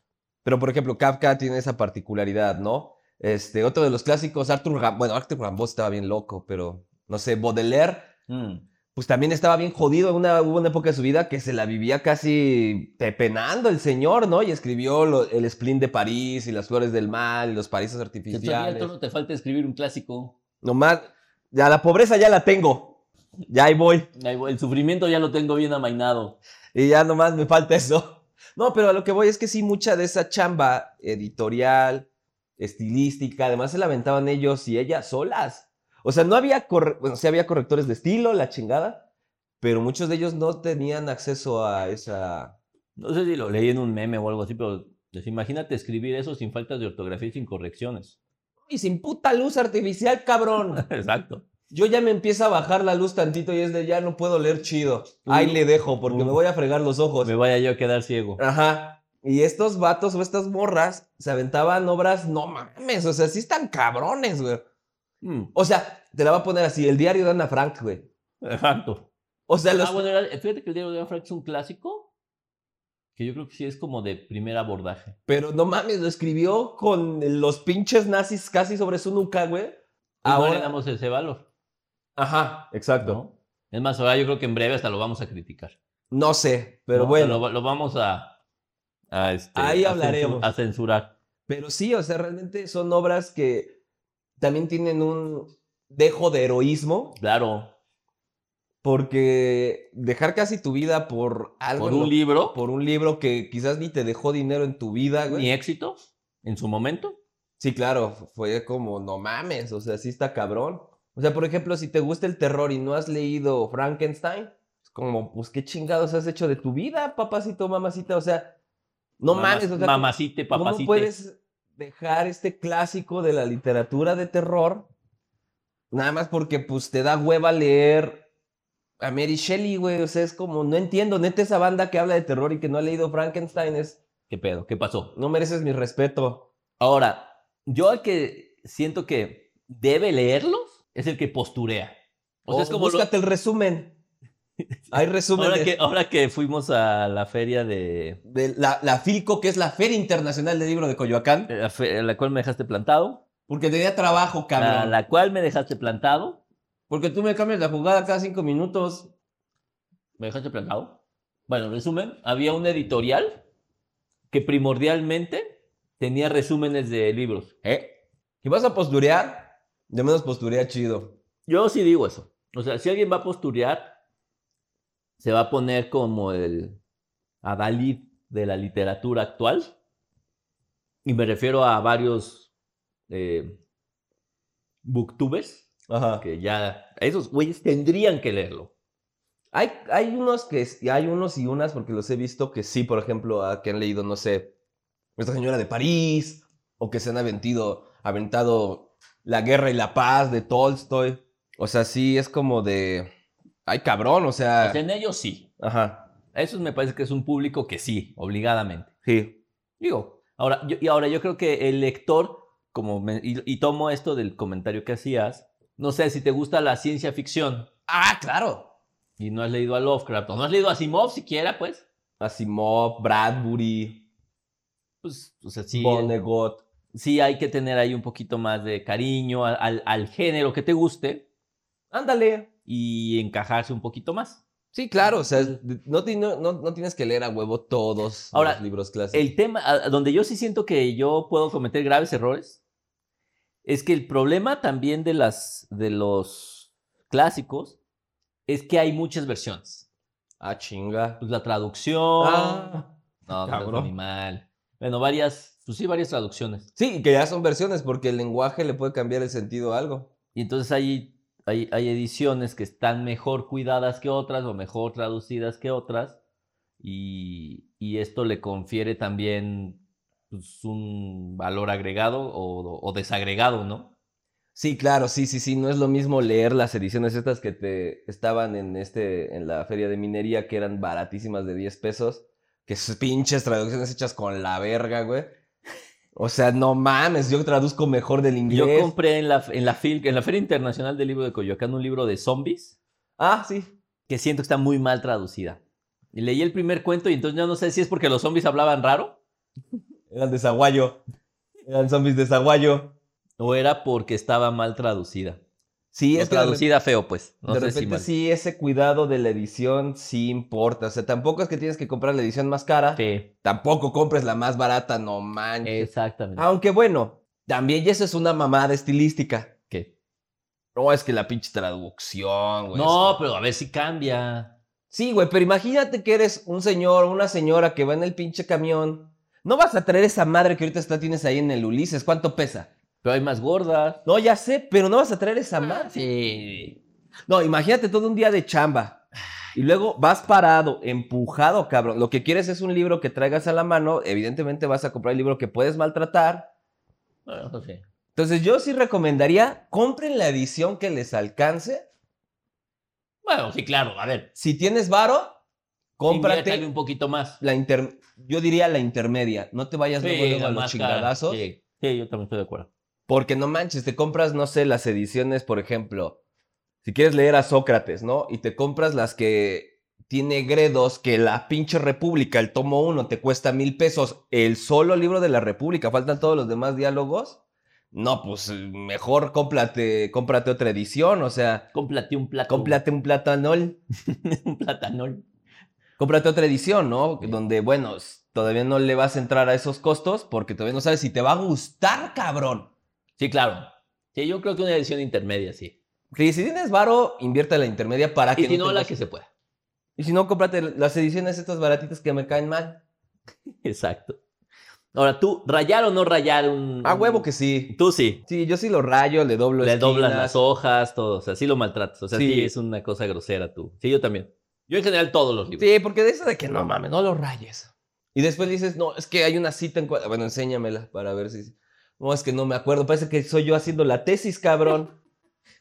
S2: Pero, por ejemplo, Kafka tiene esa particularidad, ¿no? Este, otro de los clásicos, Arthur Ram- bueno, Arthur Rimbaud estaba bien loco, pero, no sé, Baudelaire,
S1: Mm.
S2: pues también estaba bien jodido. Una, hubo una época de su vida que se la vivía casi pepenando el señor, ¿no? Y escribió lo- el Splin de París y las flores del mal y los paraísos
S1: Que todavía
S2: artificiales.
S1: solo te falta escribir un clásico.
S2: Nomás, ya la pobreza ya la tengo. Ya ahí voy.
S1: Ahí voy, El sufrimiento ya lo tengo bien amainado.
S2: Y ya nomás me falta eso. No, pero a lo que voy es que sí, mucha de esa chamba editorial, estilística, además se la aventaban ellos y ellas solas. O sea, no había, corre- bueno, sí había correctores de estilo, la chingada, pero muchos de ellos no tenían acceso a esa...
S1: No sé si lo leí en un meme o algo así, pero pues, imagínate escribir eso sin faltas de ortografía y sin correcciones.
S2: Y sin puta luz artificial, cabrón.
S1: Exacto.
S2: Yo ya me empieza a bajar la luz tantito y es de ya no puedo leer chido. Ahí le dejo porque me voy a fregar los ojos.
S1: Pues, Me vaya yo a quedar ciego.
S2: Ajá. Y estos vatos o estas morras se aventaban obras, no mames, o sea, sí están cabrones, güey.
S1: Mm,
S2: O sea, te la voy a poner así, el diario de Ana Frank, güey.
S1: Exacto.
S2: O sea, los...
S1: Ah, bueno, era- fíjate que el diario de Ana Frank es un clásico que yo creo que sí es como de primer abordaje.
S2: pero no mames, lo escribió con los pinches nazis casi sobre su nuca, güey.
S1: Ahora le
S2: Ahora...
S1: damos ese valor.
S2: Ajá, exacto. No,
S1: ¿no? Es más, ahora yo creo que en breve hasta lo vamos a criticar.
S2: sé, pero
S1: ¿no?
S2: bueno.
S1: Lo, lo vamos a. a, este,
S2: Ahí
S1: a
S2: hablaremos.
S1: censu- A censurar.
S2: Pero sí, o sea, realmente son obras que también tienen un dejo de heroísmo,
S1: Claro.
S2: porque dejar casi tu vida por algo...
S1: Por
S2: en lo
S1: un libro,
S2: por un libro que quizás ni te dejó dinero en tu vida, güey.
S1: ni éxito en su momento.
S2: Sí, claro, fue como, no mames, o sea, sí está cabrón. O sea, por ejemplo, si te gusta el terror y no has leído Frankenstein, es como, pues qué chingados has hecho de tu vida, papacito, mamacita, o sea, no
S1: Mamá-
S2: mames, o sea,
S1: Mamacite,
S2: ¿cómo
S1: papacite.
S2: puedes dejar este clásico de la literatura de terror? Nada más porque, pues, te da hueva leer a Mary Shelley, güey, o sea, es como, no entiendo, neta, esa banda que habla de terror y que no ha leído Frankenstein es...
S1: ¿Qué pedo? ¿Qué pasó?
S2: No mereces mi respeto.
S1: Ahora, yo al que siento que debe leerlos es el que posturea. O sea, es como lo-
S2: búscate el resumen. Hay resumen
S1: ahora,
S2: de,
S1: que, ahora que fuimos a la feria de.
S2: de la, la Filco, que es la Feria Internacional del Libro de Coyoacán,
S1: a la fe- a la cual me dejaste plantado.
S2: porque tenía trabajo,
S1: A
S2: cabrón.
S1: la cual me dejaste plantado.
S2: Porque tú me cambias la jugada cada cinco minutos.
S1: ¿Me dejaste plantado? Bueno, en resumen, había un editorial que primordialmente tenía resúmenes de libros.
S2: ¿Eh? Si vas a posturear, de menos posturea chido.
S1: Yo sí digo eso. O sea, si alguien va a posturear, se va a poner como el adalid de la literatura actual. Y me refiero a varios eh, booktubers
S2: Ajá.
S1: que ya, esos güeyes tendrían que leerlo.
S2: Hay, hay unos que s- hay unos y unas, porque los he visto que sí, por ejemplo, a que han leído, no sé, Esta Señora de París, o que se han aventido, aventado La Guerra y la Paz de Tolstoy. O sea, sí es como de. Ay, cabrón, o sea.
S1: Pues en ellos sí.
S2: Ajá.
S1: Eso me parece que es un público que sí, obligadamente.
S2: Sí.
S1: Digo, ahora, yo, y ahora yo creo que el lector, como me- y, y tomo esto del comentario que hacías, no sé si te gusta la ciencia ficción
S2: Ah, claro.
S1: y no has leído a Lovecraft o no has leído a Asimov siquiera, pues,
S2: Asimov, Bradbury,
S1: pues, o sea, sí,
S2: Vonnegut.
S1: sí hay que tener ahí un poquito más de cariño al, al- al género que te guste
S2: Ándale.
S1: y encajarse un poquito más.
S2: Sí, claro, o sea, es- no, ti- no, no- no tienes que leer a huevo todos
S1: Ahora,
S2: los libros clásicos.
S1: El tema, a- a donde yo sí siento que yo puedo cometer graves errores, es que el problema también de, las, de los clásicos es que hay muchas versiones.
S2: Ah, chinga.
S1: pues, la traducción.
S2: Ah.
S1: no, no
S2: cabrón.
S1: es animal. Bueno, varias, pues sí, varias traducciones.
S2: Sí, que ya son versiones porque el lenguaje le puede cambiar el sentido a algo.
S1: Y entonces hay, hay, hay ediciones que están mejor cuidadas que otras o mejor traducidas que otras. Y, y esto le confiere también pues, un valor agregado o, o desagregado, ¿no?
S2: Sí, claro, sí, sí, sí. No es lo mismo leer las ediciones estas que te estaban en este, en la feria de minería, que eran baratísimas de 10 pesos, que sus pinches traducciones hechas con la verga, güey. O sea, no mames, yo traduzco mejor del inglés.
S1: Yo compré en la, en la, fil, en la Feria Internacional del Libro de Coyoacán un libro de zombies.
S2: Ah, sí.
S1: Que siento que está muy mal traducida. Y leí el primer cuento y entonces ya no sé si es porque los zombies hablaban raro.
S2: Eran de Zaguayo. Eran zombies de Zaguayo.
S1: O era porque estaba mal traducida.
S2: Sí,
S1: No
S2: es que de
S1: traducida feo, pues. No
S2: de
S1: sé si
S2: repente
S1: mal.
S2: sí, ese cuidado de la edición sí importa. O sea, tampoco es que tienes que comprar la edición más cara.
S1: Sí,
S2: Tampoco compres la más barata, no
S1: Eh.
S2: manches.
S1: exactamente. Ah,
S2: Aunque bueno, también ya eso es una mamada estilística.
S1: ¿Qué?
S2: No, es que la pinche traducción, güey.
S1: no, pero a ver si cambia.
S2: Sí, güey, pero imagínate que eres un señor o una señora que va en el pinche camión. No vas a traer esa madre que ahorita está, tienes ahí en el Ulises. ¿Cuánto pesa?
S1: Pero hay más gordas.
S2: No, ya sé, pero no vas a traer esa madre.
S1: Sí.
S2: No, imagínate todo un día de chamba. Y luego vas parado, empujado, cabrón. Lo que quieres es un libro que traigas a la mano. Evidentemente vas a comprar el libro que puedes maltratar.
S1: Bueno, no sé.
S2: Entonces yo sí recomendaría, compren la edición que les alcance.
S1: Bueno, sí, claro. A ver.
S2: Si tienes varo, cómprate
S1: inviértale un poquito más.
S2: la inter... Yo diría la intermedia. No te vayas luego, luego
S1: la
S2: a los
S1: más cara,
S2: chingadazos.
S1: Sí. Sí, yo también estoy de acuerdo.
S2: Porque no manches, te compras, no sé, las ediciones, por ejemplo, si quieres leer a Sócrates, ¿no? Y te compras las que tiene Gredos, que la pinche República, el tomo uno, te cuesta mil pesos, el solo libro de la República, faltan todos los demás diálogos. No, pues eh, mejor cómprate, cómprate otra edición, o sea,
S1: Cómprate un plato.
S2: cómprate un platanol,
S1: un platanol.
S2: cómprate otra edición, ¿no?
S1: Sí.
S2: Donde, bueno, s- todavía no le vas a entrar a esos costos porque todavía no sabes si te va a gustar, cabrón.
S1: Sí, claro. Sí, yo creo que una edición intermedia, sí.
S2: Sí, si tienes varo, invierte la intermedia para
S1: Y
S2: que
S1: si no, la
S2: tengas-
S1: Ah, que se pueda.
S2: Y si no, cómprate las ediciones estas baratitas que me caen mal.
S1: Exacto. Ahora, tú, rayar o no rayar un.
S2: A Ah, huevo
S1: un-
S2: que sí.
S1: Tú sí.
S2: Sí, yo sí lo rayo, le doblo
S1: Mm. Le
S2: esquinas.
S1: doblas las hojas, todo. O sea, sí lo maltratas. O sea, sí.
S2: Sí.
S1: es una cosa grosera tú. Sí, yo también. Yo en general todos los libros.
S2: Sí, porque de eso de que no mames, no lo rayes. Y después dices, no, es que hay una cita en cua- Bueno, enséñamela para ver si... No, es que no me acuerdo, parece que soy yo haciendo la tesis, cabrón.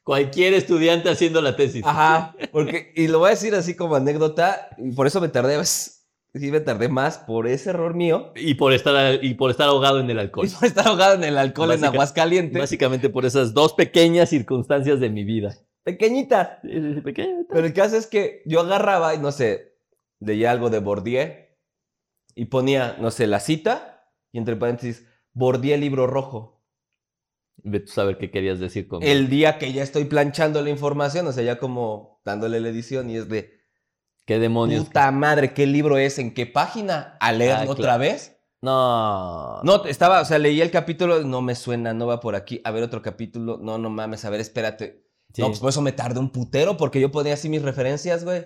S1: Cualquier estudiante haciendo la tesis.
S2: Ajá, porque... Y lo voy a decir así como anécdota, y por eso me tardé, más- sí me tardé más por ese error mío.
S1: Y por estar al- y por estar ahogado en el alcohol.
S2: Y por estar ahogado en el alcohol en
S1: Básica-
S2: Aguascalientes.
S1: Básicamente por esas dos pequeñas circunstancias de mi vida.
S2: Pequeñitas.
S1: Pequeña.
S2: Pero el caso es que yo agarraba y no sé, leía algo de Bordier y ponía, no sé, la cita y entre paréntesis, Bordier libro rojo.
S1: Ve tú saber qué querías decir con
S2: El día que ya estoy planchando la información, o sea, ya como dándole la edición y es de
S1: qué demonios.
S2: puta madre, ¿qué libro es? ¿En qué página? ¿A leerlo
S1: Ah, claro.
S2: otra vez?
S1: No.
S2: No, estaba, o sea, leía el capítulo, no me suena, no va por aquí, a ver otro capítulo, no, no mames, a ver, espérate.
S1: Sí.
S2: No, pues por eso me tardé un putero, porque yo ponía así mis referencias, güey.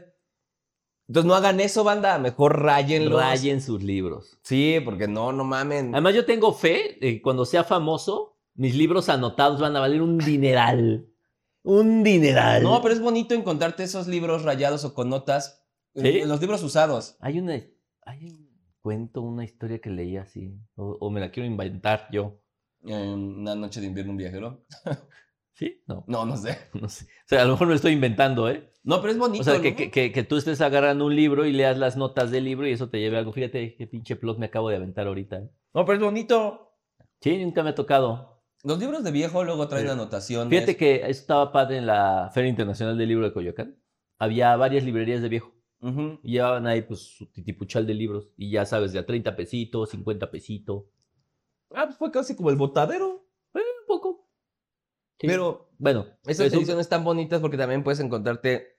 S2: Entonces no hagan eso, banda, mejor rayenlo.
S1: Rayen sus libros.
S2: Sí, porque no, no mamen.
S1: Además, yo tengo fe eh, cuando sea famoso, mis libros anotados van a valer un dineral. Un dineral.
S2: No, pues, pero es bonito encontrarte esos libros rayados o con notas,
S1: ¿Sí?
S2: eh, los libros usados.
S1: Hay una. Hay un cuento, una historia que leí así. O, o me la quiero inventar yo.
S2: Eh, una noche de invierno, un viajero.
S1: ¿Sí? No,
S2: No, no sé.
S1: no sé. O sea, a lo mejor me lo estoy inventando, ¿eh?
S2: No, pero es bonito.
S1: O sea, que,
S2: ¿no?
S1: que- que- que tú estés agarrando un libro y leas las notas del libro y eso te lleve a algo. Fíjate qué pinche plot me acabo de aventar ahorita. ¿eh?
S2: No, pero es bonito.
S1: Sí, nunca me ha tocado.
S2: Los libros de viejo luego traen
S1: Sí.
S2: anotaciones.
S1: Fíjate que eso estaba padre en la Feria Internacional del Libro de Coyoacán. Había varias librerías de viejo.
S2: Ujú.
S1: Y llevaban ahí pues su titipuchal de libros. Y ya sabes, de a 30 pesitos, 50 pesitos.
S2: Ah, pues fue casi como el botadero.
S1: Un poco. Sí.
S2: Pero
S1: bueno,
S2: Esas
S1: es un-
S2: ediciones tan bonitas porque también puedes encontrarte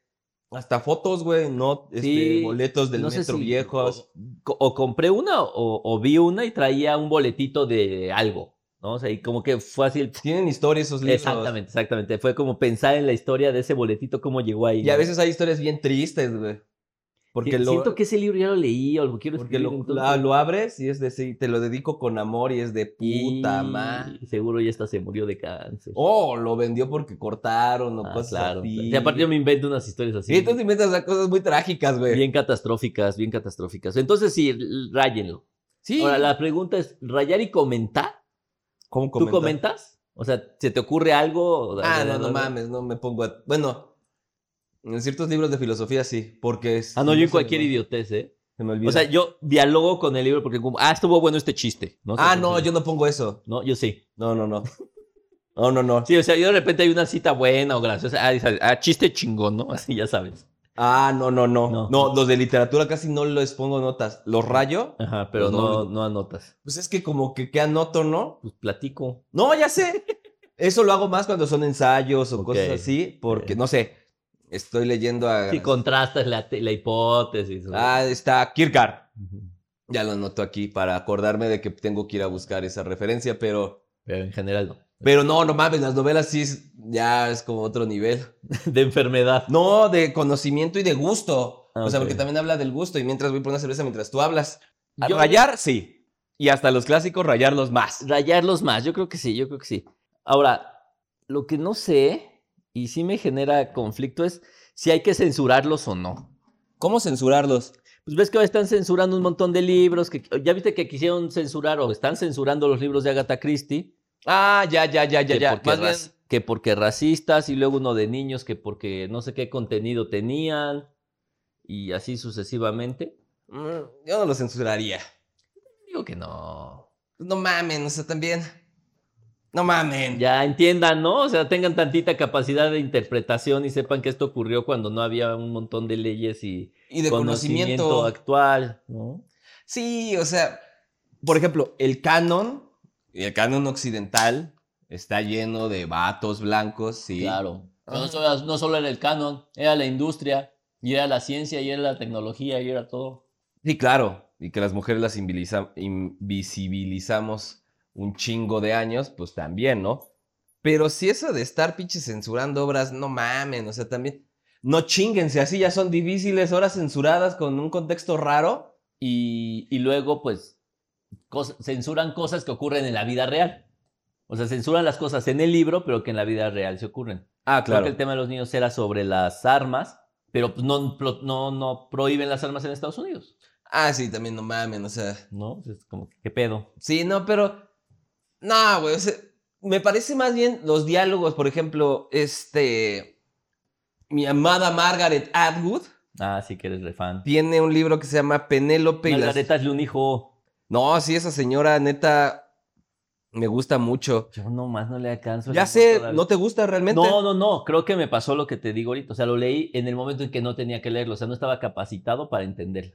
S2: hasta fotos, güey, no este,
S1: Sí,
S2: boletos del
S1: no sé
S2: metro
S1: si-
S2: viejos.
S1: o, o compré una o, o vi una y traía un boletito de algo, ¿no? O sea, y como que fue así el...
S2: Tienen historia esos libros.
S1: Exactamente, exactamente. Fue como pensar en la historia de ese boletito, cómo llegó ahí.
S2: Y a
S1: ¿no?
S2: veces hay historias bien tristes, güey. Porque,
S1: Sí,
S2: lo,
S1: Siento que ese libro ya lo leí o lo quiero
S2: porque
S1: escribir,
S2: lo,
S1: entonces-
S2: la- lo abres y es de sí, te lo dedico con amor y es de
S1: Y
S2: puta madre.
S1: Seguro ya hasta se murió de cáncer.
S2: Oh, lo vendió porque cortaron o
S1: Ah,
S2: cosas
S1: claro.
S2: así.
S1: Y aparte yo me invento unas historias así.
S2: Sí, entonces pues. inventas a cosas muy trágicas, güey.
S1: Bien catastróficas, bien catastróficas. Entonces sí, l- ráyenlo.
S2: Sí.
S1: Ahora, la pregunta es, ¿rayar y comentar?
S2: ¿Cómo
S1: ¿Tú
S2: comentas?
S1: comentas? O sea, ¿se te ocurre algo?
S2: Ah, no, no mames, no me pongo a... Bueno, en ciertos libros de filosofía sí, porque... es-
S1: Ah, no, yo en
S2: se
S1: cualquier
S2: me-
S1: idiotez, ¿eh?
S2: Se me olvida.
S1: O sea, yo dialogo con el libro porque como, ah, estuvo bueno este chiste. ¿no? O sea,
S2: ah, no,
S1: porque-
S2: yo no pongo eso.
S1: No, yo sí.
S2: No, no, no. No, no, no.
S1: Sí, o sea, yo de repente hay una cita buena o graciosa. Ah, dices, ah, chiste chingón, ¿no? Así ya sabes.
S2: Ah, no, no, no, no.
S1: No.
S2: los de literatura casi no les pongo notas. Los rayo.
S1: Ajá, pero no, no anotas.
S2: Pues es que como que, que anoto, ¿no?
S1: Pues platico.
S2: No, ya sé. Eso lo hago más cuando son ensayos o
S1: Ok.
S2: cosas así, porque
S1: Ok.
S2: no sé. Estoy leyendo a.
S1: Si contrastas la, te- la hipótesis. ¿no?
S2: Ah, está Kierkegaard.
S1: Ujú.
S2: Ya lo anoto aquí para acordarme de que tengo que ir a buscar esa referencia, pero.
S1: Pero en general no.
S2: Pero no, no mames, las novelas sí es- ya es como otro nivel.
S1: De enfermedad.
S2: No, de conocimiento y de gusto.
S1: Ah,
S2: o sea,
S1: ok.
S2: porque también habla del gusto. Y mientras voy por una cerveza, mientras tú hablas.
S1: Ah,
S2: Rayar, sí. Y hasta los clásicos, rayarlos más.
S1: Rayarlos más, yo creo que sí, yo creo que sí. Ahora, lo que no sé, y sí me genera conflicto, es si hay que censurarlos o no.
S2: ¿Cómo censurarlos?
S1: Pues ves que ahora están censurando un montón de libros, que ya viste que quisieron censurar o están censurando los libros de Agatha Christie,
S2: Ah, ya, ya, ya, ya,
S1: que,
S2: ya.
S1: porque
S2: Más bien,
S1: ras- que porque racistas y luego uno de niños que porque no sé qué contenido tenían y así sucesivamente.
S2: mm, yo no los censuraría.
S1: Digo que no.
S2: No mamen, o sea, también. No mamen.
S1: Ya entiendan, ¿no? O sea, tengan tantita capacidad de interpretación y sepan que esto ocurrió cuando no había un montón de leyes y
S2: Y de conocimiento.
S1: actual, ¿no?
S2: Sí, o sea, por ejemplo, el canon, y el canon occidental, está lleno de vatos blancos, sí.
S4: Claro. Pero
S2: Ah.
S4: no, solo, no solo era el canon, era la industria, y era la ciencia, y era la tecnología, y era todo.
S2: Sí, claro. Y que las mujeres las inviliza- invisibilizamos un chingo de años, pues también, ¿no? Pero si eso de estar pinche censurando obras, no mamen, o sea, también. No chinguense, así ya son difíciles, horas censuradas con un contexto raro.
S4: Y, y luego, pues, cos- censuran cosas que ocurren en la vida real.
S1: O sea, censuran las cosas en el libro, pero que en la vida real se ocurren.
S2: Ah,
S1: Creo que el tema de los niños era sobre las armas, pero pues, no, pro- no, no prohíben las armas en Estados Unidos,
S2: Ah, sí, también no mamen, o sea.
S1: ¿no? Es como, ¿qué pedo?
S2: Sí, no, pero. No, güey. o sea, me parece más bien los diálogos, por ejemplo, este. Mi amada Margaret Atwood
S1: Ah, sí que eres re fan.
S2: tiene un libro que se llama Penélope y las.
S1: Margareta es un hijo.
S2: No, sí, esa señora, neta, me gusta mucho.
S1: Yo nomás no le alcanzo. el
S2: Ya
S1: amor
S2: sé,
S1: todavía.
S2: ¿no te gusta realmente?
S1: No, no, no. Creo que me pasó lo que te digo ahorita. O sea, lo leí en el momento en que no tenía que leerlo. O sea, no estaba capacitado para entenderlo.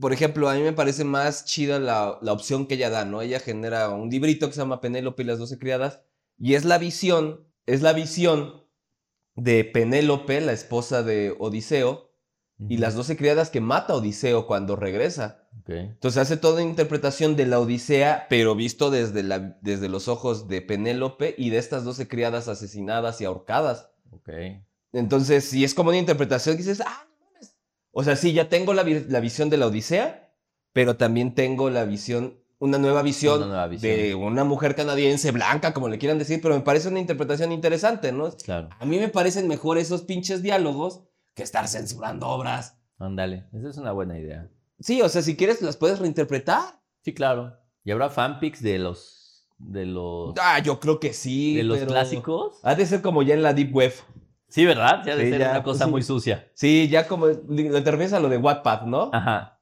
S2: Por ejemplo, a mí me parece más chida la, la opción que ella da, ¿no? Ella genera un librito que se llama Penélope y las doce criadas, y es la visión, es la visión de Penélope, la esposa de Odiseo, y las doce criadas que mata a Odiseo cuando regresa.
S1: Ok.
S2: Entonces hace toda una interpretación de la Odisea, pero visto desde, la, desde los ojos de Penélope y de estas doce criadas asesinadas y ahorcadas.
S1: Ok.
S2: Entonces, si es como una interpretación que dices, ah, no mames. O sea, sí, ya tengo la, vi- la visión de la Odisea, pero también tengo la visión, una nueva visión,
S1: Una nueva visión.
S2: de una mujer canadiense blanca, como le quieran decir, pero me parece una interpretación interesante, ¿no?
S1: Claro.
S2: A mí me parecen mejor esos pinches diálogos que estar censurando obras.
S1: Ándale. Esa es una buena idea.
S2: Sí, o sea, si quieres las puedes reinterpretar.
S1: Sí, claro. ¿Y habrá fanpics de los de los
S2: Ah, yo creo que sí.
S1: de los
S2: pero-
S1: clásicos? Ah,
S2: Ha de ser como ya en la deep web.
S1: Sí, ¿verdad? Ya de
S2: Sí,
S1: ser
S2: ya,
S1: una cosa
S2: pues,
S1: muy sucia.
S2: Sí, ya como lo terminas a lo de Wattpad, ¿no?
S1: Ajá.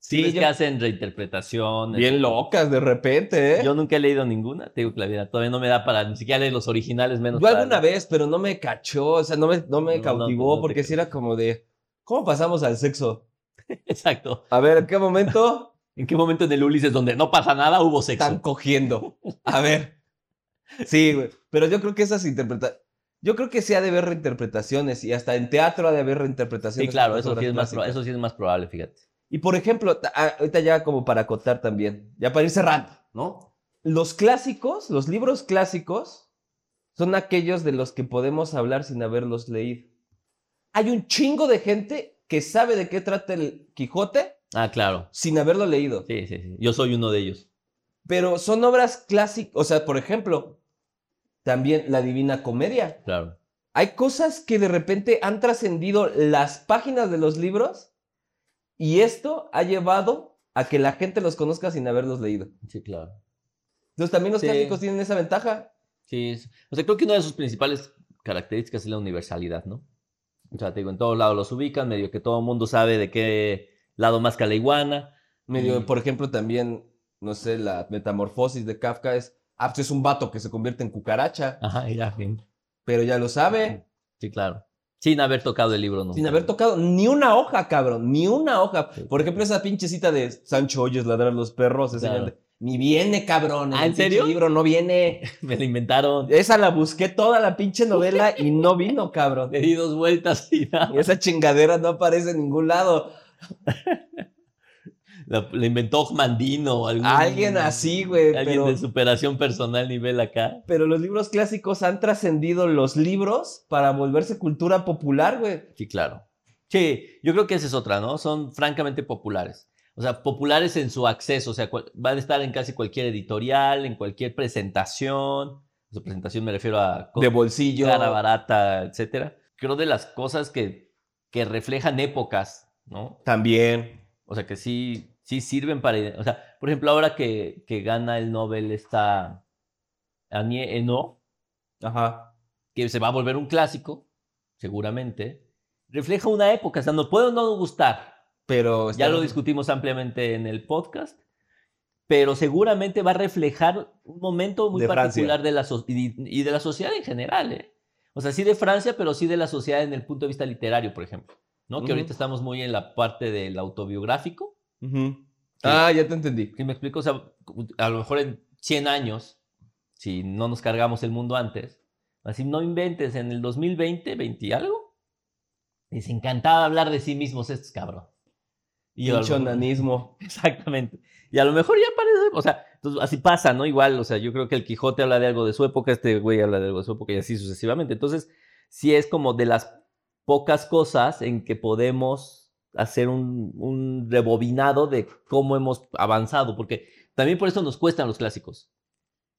S2: Sí,
S1: Sí, Ah, es
S2: yo-
S1: que hacen reinterpretaciones.
S2: Bien
S1: loco.
S2: locas de repente, ¿eh?
S1: Yo nunca he leído ninguna, te digo que la vida todavía no me da para ni siquiera leer los originales menos.
S2: Yo
S1: para-
S2: alguna vez, pero no me cachó, o sea, no me, no
S1: No,
S2: me
S1: no,
S2: cautivó,
S1: no te
S2: porque si era como de, ¿cómo pasamos al sexo?
S1: Exacto.
S2: A ver, ¿en qué momento
S1: ¿En qué momento en el Ulises donde no pasa nada hubo sexo?
S2: están cogiendo? A ver. Sí, güey. Pero yo creo que esas interpretaciones, yo creo que sí ha de haber reinterpretaciones y hasta en teatro ha de haber reinterpretaciones.
S1: Sí,
S2: de
S1: claro,
S2: las
S1: eso
S2: obras
S1: sí, es más pro-
S2: clásicas.
S1: eso sí es más probable, fíjate.
S2: Y por ejemplo, ta- ah, ahorita ya como para acotar también, ya para ir cerrando, ¿no? Los clásicos, los libros clásicos, son aquellos de los que podemos hablar sin haberlos leído. Hay un chingo de gente que sabe de qué trata el Quijote
S1: Ah, claro.
S2: sin haberlo leído.
S1: Sí, sí, sí. Yo soy uno de ellos.
S2: Pero son obras clásicas, o sea, por ejemplo, también La Divina Comedia.
S1: Claro.
S2: Hay cosas que de repente han trascendido las páginas de los libros y esto ha llevado a que la gente los conozca sin haberlos leído.
S1: Sí, claro.
S2: Entonces también los
S4: Sí.
S2: clásicos tienen esa ventaja.
S1: Sí, es- o sea, creo que una de sus principales características es la universalidad, ¿no? O sea, te digo, en todos lados los ubican, medio que todo el mundo sabe de qué lado más que la iguana.
S2: Medio,
S1: Y-
S2: por ejemplo, también, no sé, la metamorfosis de Kafka es, ah, pues es un vato que se convierte en cucaracha,
S1: Ajá, ya, sí.
S2: pero ya lo sabe,
S1: Sí, claro. Sin haber tocado el libro, ¿no?
S2: sin haber tocado ni una hoja, cabrón, ni una hoja.
S1: Sí.
S2: Por ejemplo, esa pinche cita de Sancho Hoyos ladrar los perros, esa
S1: Claro.
S2: gente, ni viene, cabrón,
S1: ¿Ah,
S2: el
S1: en
S2: pinche
S1: serio?
S2: libro no viene.
S1: Me lo inventaron.
S2: Esa la busqué toda la pinche novela y no vino, cabrón.
S1: Le di dos vueltas y nada.
S2: Y esa chingadera no aparece en ningún lado.
S1: La, la inventó Mandino o algún-
S2: Alguien así, güey,
S1: Alguien
S2: pero-
S1: de superación personal nivel acá.
S2: Pero los libros clásicos han trascendido los libros para volverse cultura popular, güey.
S1: Sí, claro. Sí, yo creo que esa es otra, ¿no? Son francamente populares. O sea, populares en su acceso, o sea, cual- van a estar en casi cualquier editorial, en cualquier presentación. Su presentación me refiero a co-
S2: De bolsillo.
S1: cara barata, etcétera. Creo de las cosas que, que reflejan épocas, ¿no?
S2: También.
S1: O sea, que sí, sí sirven para... ide- O sea, por ejemplo, ahora que, que gana el Nobel esta Annie Eno,
S2: Ajá.
S1: que se va a volver un clásico, seguramente, refleja una época. O sea, nos puede o no nos gustar.
S2: Pero
S1: Ya
S2: está-
S1: lo discutimos ampliamente en el podcast. Pero seguramente va a reflejar un momento muy
S2: De Francia.
S1: particular de la so- y, y de la sociedad en general. ¿eh? O sea, sí de Francia, pero sí de la sociedad en el punto de vista literario, por ejemplo. ¿no? Que
S2: Ujú.
S1: ahorita estamos muy en la parte del autobiográfico.
S2: Ujú. Ah, ya te entendí.
S1: ¿Sí me explico? O sea, a lo mejor en 100 años, si no nos cargamos el mundo antes, así no inventes, en el 2020, 20 y algo, les encantaba hablar de sí mismos estos cabrón. Y a lo
S2: Pincho
S1: mejor-
S2: onanismo.
S1: Exactese. Y a lo mejor ya parece, o sea, entonces, así pasa, ¿no? Igual, o sea, yo creo que el Quijote habla de algo de su época, este güey habla de algo de su época y así sucesivamente. Entonces, sí es como de las pocas cosas en que podemos hacer un, un rebobinado de cómo hemos avanzado, porque también por eso nos cuestan los clásicos.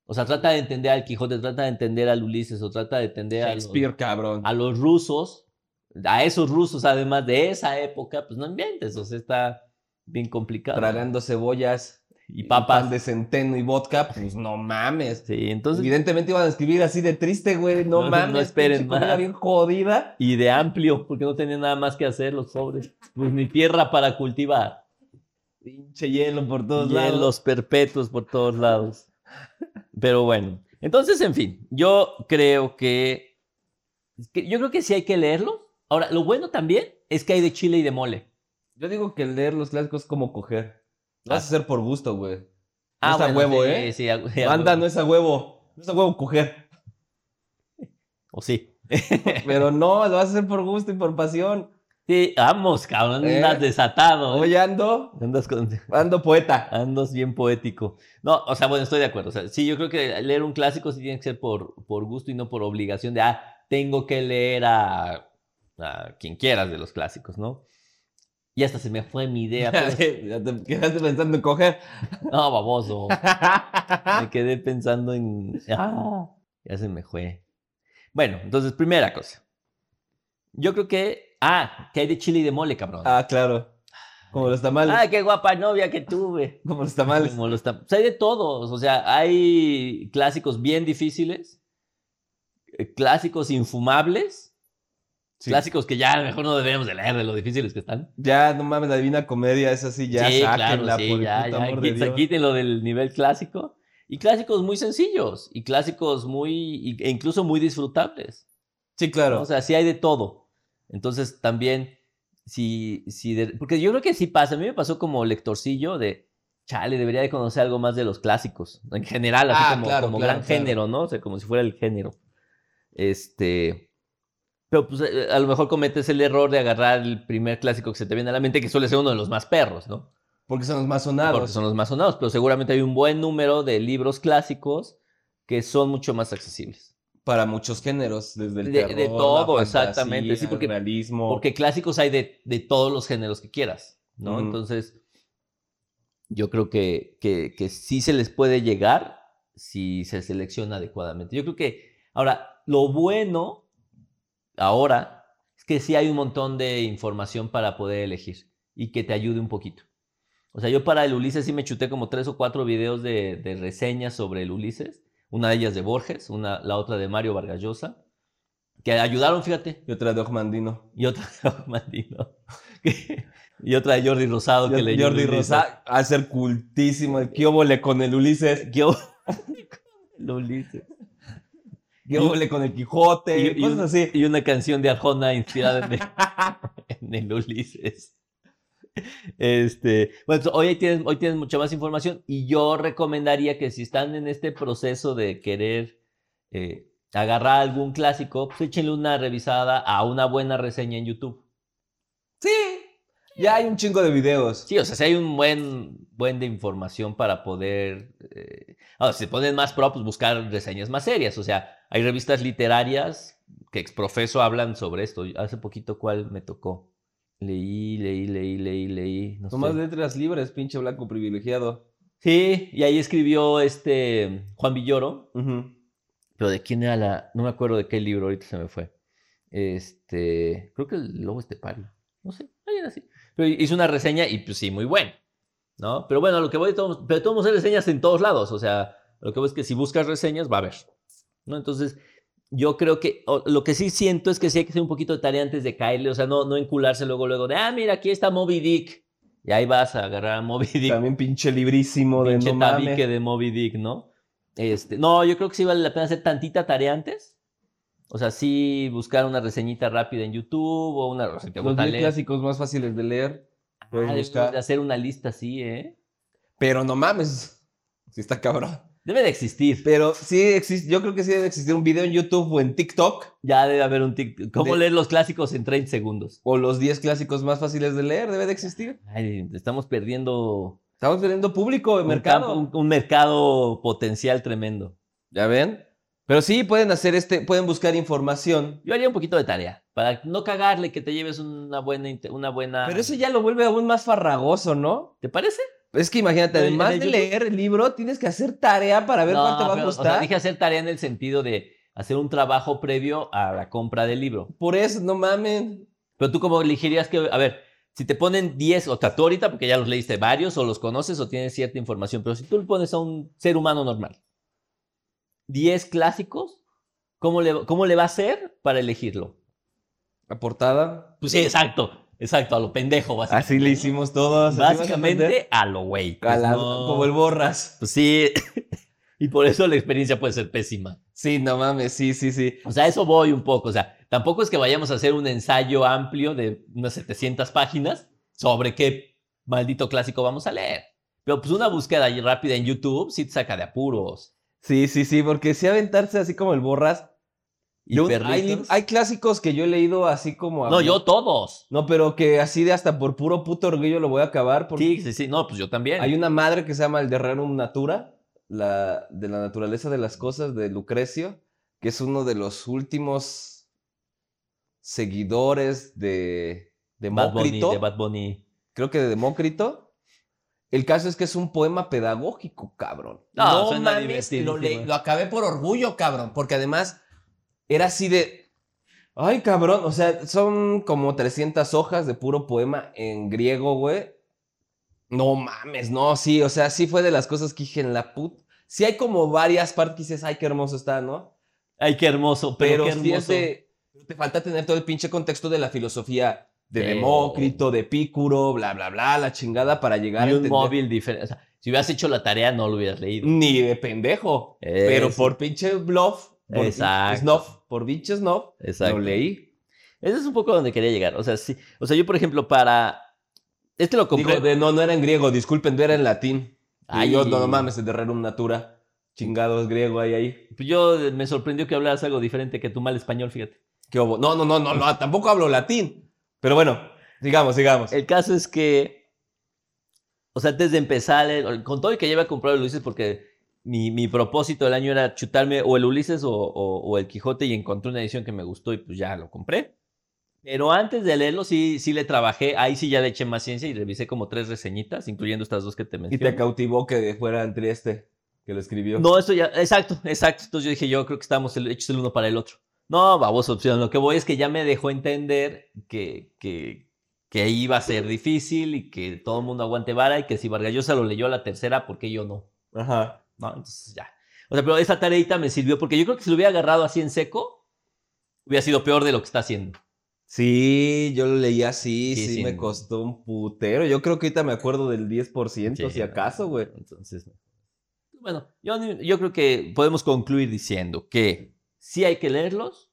S1: O sea, trata de entender al Quijote, trata de entender al Ulises, o trata de entender a los,
S2: Shakespeare, cabrón.
S1: a los rusos, a esos rusos además de esa época, pues no inventes, o sea, está bien complicado.
S2: Tragando cebollas.
S1: Y
S2: pan
S1: papas.
S2: de centeno y vodka. Pues no mames.
S1: Sí, entonces.
S2: Evidentemente iban a escribir así de triste, güey. No,
S1: No, no
S2: mames.
S1: esperen
S2: pinche comida
S1: más.
S2: bien jodida.
S1: Y de amplio, porque no tenían nada más que hacer los pobres. Pues ni tierra para cultivar.
S2: Pinche hielo por todos lados.
S1: los perpetuos por todos lados. Pero bueno. Entonces, en fin, yo creo que. es que Yo creo que sí hay que leerlos. Ahora, lo bueno también es que hay de chile y de mole.
S2: Yo digo que leer los clásicos es como coger. Lo vas a hacer por gusto, güey. No es a
S1: Ah. bueno,
S2: huevo,
S1: sí,
S2: ¿eh?
S1: sí, a- sí, a
S2: Banda
S1: huevo.
S2: no es a huevo. No es a huevo coger.
S1: O sí.
S2: Pero no, lo vas a hacer por gusto y por pasión.
S1: Sí, vamos, cabrón.
S2: ¿Eh?
S1: Andas desatado. ¿eh?
S2: Hoy ando,
S1: Andas con.
S2: ando poeta.
S1: Andas bien poético. No, o sea, bueno, estoy de acuerdo. O sea, sí, yo creo que leer un clásico sí tiene que ser por, por gusto y no por obligación de, ah, tengo que leer a, a quien quieras de los clásicos, ¿no? Y hasta se me fue mi idea.
S2: Ya
S1: pero-
S2: te ya te quedaste pensando en coger. Ah,
S1: No, baboso. Me quedé pensando en... Ah, ya se me fue. Bueno, entonces, primera cosa. Yo creo que... Ah, que hay de chile y de mole, cabrón.
S2: Ah, claro. Como los tamales.
S1: Ay, qué guapa novia que tuve.
S2: Como los tamales.
S1: Como los tam- o sea, hay de todos. O sea, hay clásicos bien difíciles, eh, clásicos infumables,
S2: Sí.
S1: clásicos que ya a lo mejor no deberíamos de leer de lo difíciles que están.
S2: Ya, no mames, la divina comedia es así, ya
S1: sí,
S2: sáquenla,
S1: sí,
S2: por el
S1: ya,
S2: puto
S1: ya,
S2: amor de
S1: quita-
S2: Dios.
S1: quítenlo del nivel clásico. Y clásicos muy sencillos, y clásicos muy, y- e incluso muy disfrutables.
S2: Sí,
S1: ¿no?
S2: claro.
S1: O sea, sí hay de todo. Entonces también, si, si de- porque yo creo que sí pasa, a mí me pasó como lectorcillo de, chale, debería de conocer algo más de los clásicos, en general, así
S2: Ah,
S1: como,
S2: claro,
S1: como
S2: claro,
S1: gran
S2: claro.
S1: género, ¿no? O sea, como si fuera el género. Este, pero pues eh, a lo mejor cometes el error de agarrar el primer clásico que se te viene a la mente, que suele ser uno de los más perros, ¿no?
S2: porque son los más
S1: porque
S2: sonados.
S1: son los más sonados, pero seguramente hay un buen número de libros clásicos que son mucho más accesibles.
S2: Para muchos géneros, desde el
S1: De- de
S2: terror, la
S1: todo,
S2: fantasía,
S1: exactamente, sí, porque-
S2: el realismo.
S1: Porque clásicos hay de, de todos los géneros que quieras, ¿no?
S2: Ujú.
S1: Entonces, yo creo que, que, que sí se les puede llegar si se selecciona adecuadamente. Yo creo que, ahora, lo bueno ahora es que sí hay un montón de información para poder elegir y que te ayude un poquito. O sea, yo para el Ulises sí me chuté como tres o cuatro videos de, de reseñas sobre el Ulises. Una de ellas de Borges, una, la otra de Mario Vargas Llosa, que ayudaron, fíjate.
S2: Y otra de Ogmandino.
S1: Y otra de Ogmandino. y otra de Jordi Rosado, que
S2: Jordi,
S1: leyó
S2: Jordi
S1: Ulises.
S2: Rosa a ser cultísimo. El Kiobole con el Ulises.
S1: Yo- Lo Ulises.
S2: Kiobole con el Quijote.
S1: Y- y
S2: cosas
S1: un-
S2: así.
S1: Y una canción de Arjona inspirada en, en el Ulises. Este, bueno, pues, hoy, ahí tienes, hoy tienes mucha más información y yo recomendaría que si están en este proceso de querer eh, agarrar algún clásico, pues échenle una revisada a una buena reseña en YouTube.
S2: Sí. Ya hay un chingo de videos.
S1: Sí, o sea, si hay un buen, buen de información para poder. eh, ahora, si se ponen más pro, pues buscar reseñas más serias. O sea, hay revistas literarias que exprofeso hablan sobre esto. Hace poquito, ¿cuál me tocó? Leí, leí, leí, leí, leí. No
S2: Nomás
S1: sé.
S2: letras libres, pinche blanco privilegiado.
S1: Sí, y ahí escribió este Juan Villoro.
S2: Ujú.
S1: Pero de quién era la. No me acuerdo de qué libro, ahorita se me fue. Este. Creo que el Lobo Estepario. No sé, alguien así. Pero hizo una reseña y pues sí, muy buena. ¿No? Pero bueno, a lo que voy, de todos- pero de todos modos hay reseñas en todos lados. O sea, lo que voy es que si buscas reseñas, va a haber. ¿No? Entonces, yo creo que o- lo que sí siento es que sí hay que hacer un poquito de tarea antes de caerle. O sea, no, no encularse luego, luego de, ah, mira, aquí está Moby Dick. Y ahí vas a agarrar a Moby Dick
S2: También pinche librísimo de
S1: pinche
S2: no mames.
S1: tabique de Moby Dick, ¿no? Este, no, yo creo que sí vale la pena hacer tantita tarea antes. O sea, sí buscar una reseñita rápida en YouTube o una... o si te
S2: Los
S1: gusta
S2: mil
S1: leer.
S2: clásicos más fáciles de leer.
S1: Ah,
S2: Puedes
S1: debemos
S2: buscar.
S1: de hacer una lista así, ¿eh?
S2: Pero no mames. Sí está cabrón.
S1: Debe de existir.
S2: Pero sí existe, yo creo que sí debe existir un video en YouTube o en TikTok
S1: Ya debe haber un TikTok. ¿Cómo
S2: De-
S1: leer los clásicos en 30 segundos?
S2: o los 10 clásicos más fáciles de leer, debe de existir.
S1: Ay, estamos perdiendo
S2: Estamos perdiendo público de
S1: un
S2: mercado.
S1: campo- un- un mercado potencial tremendo.
S2: ¿Ya ven? Pero sí pueden hacer este, pueden buscar información.
S1: Yo haría un poquito de tarea para no cagarle que te lleves una buena... inte- Una buena...
S2: Pero eso ya lo vuelve aún más farragoso, ¿no?
S1: ¿Te parece?
S2: Es que imagínate,
S1: Pero en
S2: además
S1: el
S2: de
S1: YouTube-
S2: leer el libro, tienes que hacer tarea para ver
S1: No,
S2: cuánto va a
S1: pero, o sea,
S2: costar.
S1: dije hacer tarea en el sentido de hacer un trabajo previo a la compra del libro.
S2: Por eso, no mamen.
S1: Pero tú cómo elegirías que, a ver, si te ponen 10, o sea, tú ahorita porque ya los leíste varios o los conoces o tienes cierta información, pero si tú le pones a un ser humano normal 10 clásicos, ¿cómo le, cómo le va a hacer para elegirlo?
S2: La portada.
S1: Pues sí, exacto, exacto, a lo pendejo, básicamente.
S2: Así le hicimos todos. así vas a aprender.
S1: Básicamente a lo güey.
S2: A
S1: Pues
S2: la-
S1: no.
S2: Como el borras.
S1: Pues sí, y por eso la experiencia puede ser pésima.
S2: Sí, no mames, sí, sí, sí.
S1: O sea, eso voy un poco. O sea, tampoco es que vayamos a hacer un ensayo amplio de unas 700 páginas sobre qué maldito clásico vamos a leer. Pero pues una búsqueda ahí rápida en YouTube sí te saca de apuros.
S2: Sí, sí, sí, porque si aventarse así como el borras.
S1: Y
S2: yo- hay, li-
S1: perritos.
S2: hay clásicos que yo he leído así como. a-
S1: no, yo todos.
S2: No, pero que así de hasta por puro puto orgullo lo voy a acabar. Porque
S1: Sí, sí, sí. No, pues yo también.
S2: hay una madre que se llama el de Rerum Natura, la, de la naturaleza de las cosas, de Lucrecio, que es uno de los últimos seguidores de
S1: Bad Bunny,
S2: Demócrito.
S1: de Bad Bunny.
S2: creo que de Demócrito. El caso es que es un poema pedagógico, cabrón.
S1: No, suena divertidísimo.
S2: lo, le- lo acabé por orgullo, cabrón, porque además era así de... Ay, cabrón, o sea, son como 300 hojas de puro poema en griego, güey. No mames, no, sí, o sea, sí fue de las cosas que dije en la put. Sí hay como varias partes que dices, ay, qué hermoso está, ¿no?
S1: Ay, qué hermoso, pero,
S2: Pero,
S1: qué
S2: sí es
S1: hermoso.
S2: de- pero te falta tener todo el pinche contexto de la filosofía de
S1: Sí.
S2: Demócrito, de Epicuro, bla, bla, bla, la chingada para llegar
S1: Y
S2: a
S1: un
S2: entender-
S1: móvil diferente. O sea, si hubieras hecho la tarea, no lo hubieras leído.
S2: Ni de pendejo. Pero
S1: Eso.
S2: por pinche bluff, por
S1: Exacto.
S2: pinche snuff, por pinche snuff,
S1: Exacto.
S2: lo leí.
S1: Ese es un poco donde quería llegar. O sea, sí. O sea, yo, por ejemplo, para. Este lo compré.
S2: Digo, de- no, no era en griego, disculpen, era en latín.
S1: Ay.
S2: Ay, yo, no, no mames, el de Rerum Natura. Chingados griego ahí, ahí.
S1: Pues Yo me sorprendió que hablaras algo diferente que tu mal español, fíjate.
S2: ¿Qué hubo? No, no, no, no, no, tampoco hablo latín. Pero bueno, sigamos, sigamos.
S1: El caso es que, o sea, antes de empezar, eh, el- con todo el que lleva a comprar el Ulises, porque mi, mi propósito del año era chutarme o el Ulises o, o- o el Quijote y encontré una edición que me gustó y pues ya lo compré. Pero antes de leerlo, sí, sí le trabajé, ahí sí ya le eché más ciencia y revisé como tres reseñitas, incluyendo estas dos que te
S2: Y
S1: mencioné.
S2: te cautivó que fuera en Trieste, que lo escribió.
S1: No, esto ya, exacto, exacto. Entonces yo dije, yo creo que estamos el- hechos el uno para el otro. No, baboso, opción. Lo que voy es que ya me dejó entender que, que, que iba a ser difícil y que todo el mundo aguante vara y que si Vargas Llosa lo leyó a la tercera, ¿por qué yo no?
S2: Ajá.
S1: No, entonces ya. O sea, pero esa tareita me sirvió porque yo creo que si lo hubiera agarrado así en seco, hubiera sido peor de lo que está haciendo.
S2: Sí, yo lo leí así, sí,
S1: Sí, sí,
S2: me
S1: no.
S2: costó un putero. Yo creo que ahorita me acuerdo del 10%,
S1: Sí,
S2: si acaso, güey.
S1: Entonces, bueno, yo, ni- yo creo que podemos concluir diciendo que sí hay que leerlos.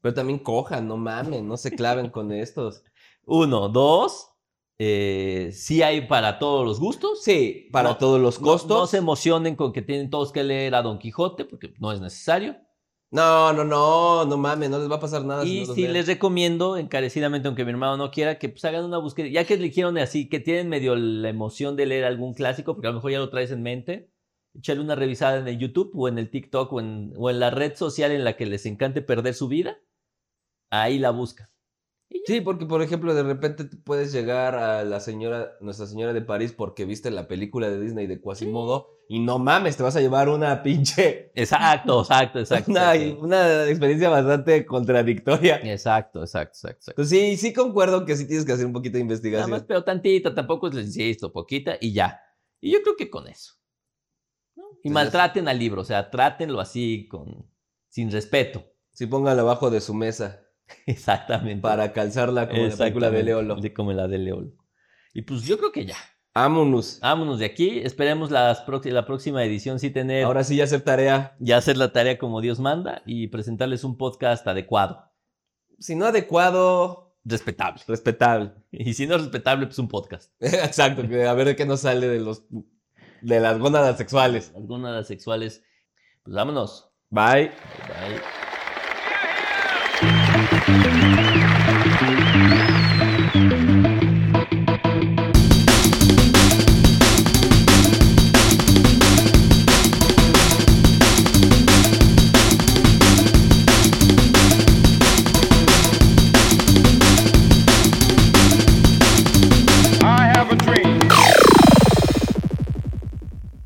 S2: Pero también cojan, no mamen, no se claven con estos.
S1: Uno, dos, eh, sí hay para todos los gustos.
S2: Sí, para
S1: No,
S2: todos los
S1: No-
S2: costos.
S1: No, se emocionen con que tienen todos que leer a Don Quijote porque no es necesario.
S2: No, no, no, no mames, no les va a pasar nada. si
S1: Y
S2: no los
S1: Ah, sí
S2: leen.
S1: les recomiendo encarecidamente, aunque mi hermano no quiera, que pues hagan una búsqueda, ya que eligieron así, que tienen medio la emoción de leer algún clásico, porque a lo mejor ya lo traes en mente, echarle una revisada en el YouTube o en el TikTok o en, o en la red social en la que les encante perder su vida, ahí la buscan.
S2: Sí, porque por ejemplo, de repente te puedes llegar a la señora, Nuestra Señora de París, porque viste la película de Disney de Quasimodo, y no mames, te vas a llevar una pinche.
S1: Exacto, exacto, exacto.
S2: Una,
S1: exacto.
S2: una experiencia bastante contradictoria.
S1: Exacto, exacto, exacto. exacto.
S2: Entonces, Pues sí, sí concuerdo que sí tienes que hacer un poquito de
S1: Nada
S2: investigación.
S1: más, pero tantita, tampoco les insisto, poquita y ya. Y yo creo que con eso. ¿no? Y
S2: Entonces-
S1: maltraten al libro, o sea, trátenlo así, con, sin respeto.
S2: Sí, póngala abajo de su mesa
S1: Exactamente.
S2: para calzarla como la película de
S1: Exactamente,
S2: Leolo.
S1: de- Como la de Leolo. Y pues yo creo que ya.
S2: Amonus.
S1: Vámonos de aquí. Esperemos las prox- la próxima edición sí tener,
S2: Ahora sí ya hacer tarea.
S1: ya hacer la tarea como Dios manda y presentarles un podcast adecuado,
S2: Si no adecuado,
S1: respetable.
S2: respetable.
S1: Y si no es respetable, pues un podcast.
S2: Exacto, que a ver de qué nos sale de los de las gónadas sexuales.
S1: Algunas de las sexuales. Pues vámonos.
S2: Bye.
S1: Bye, bye.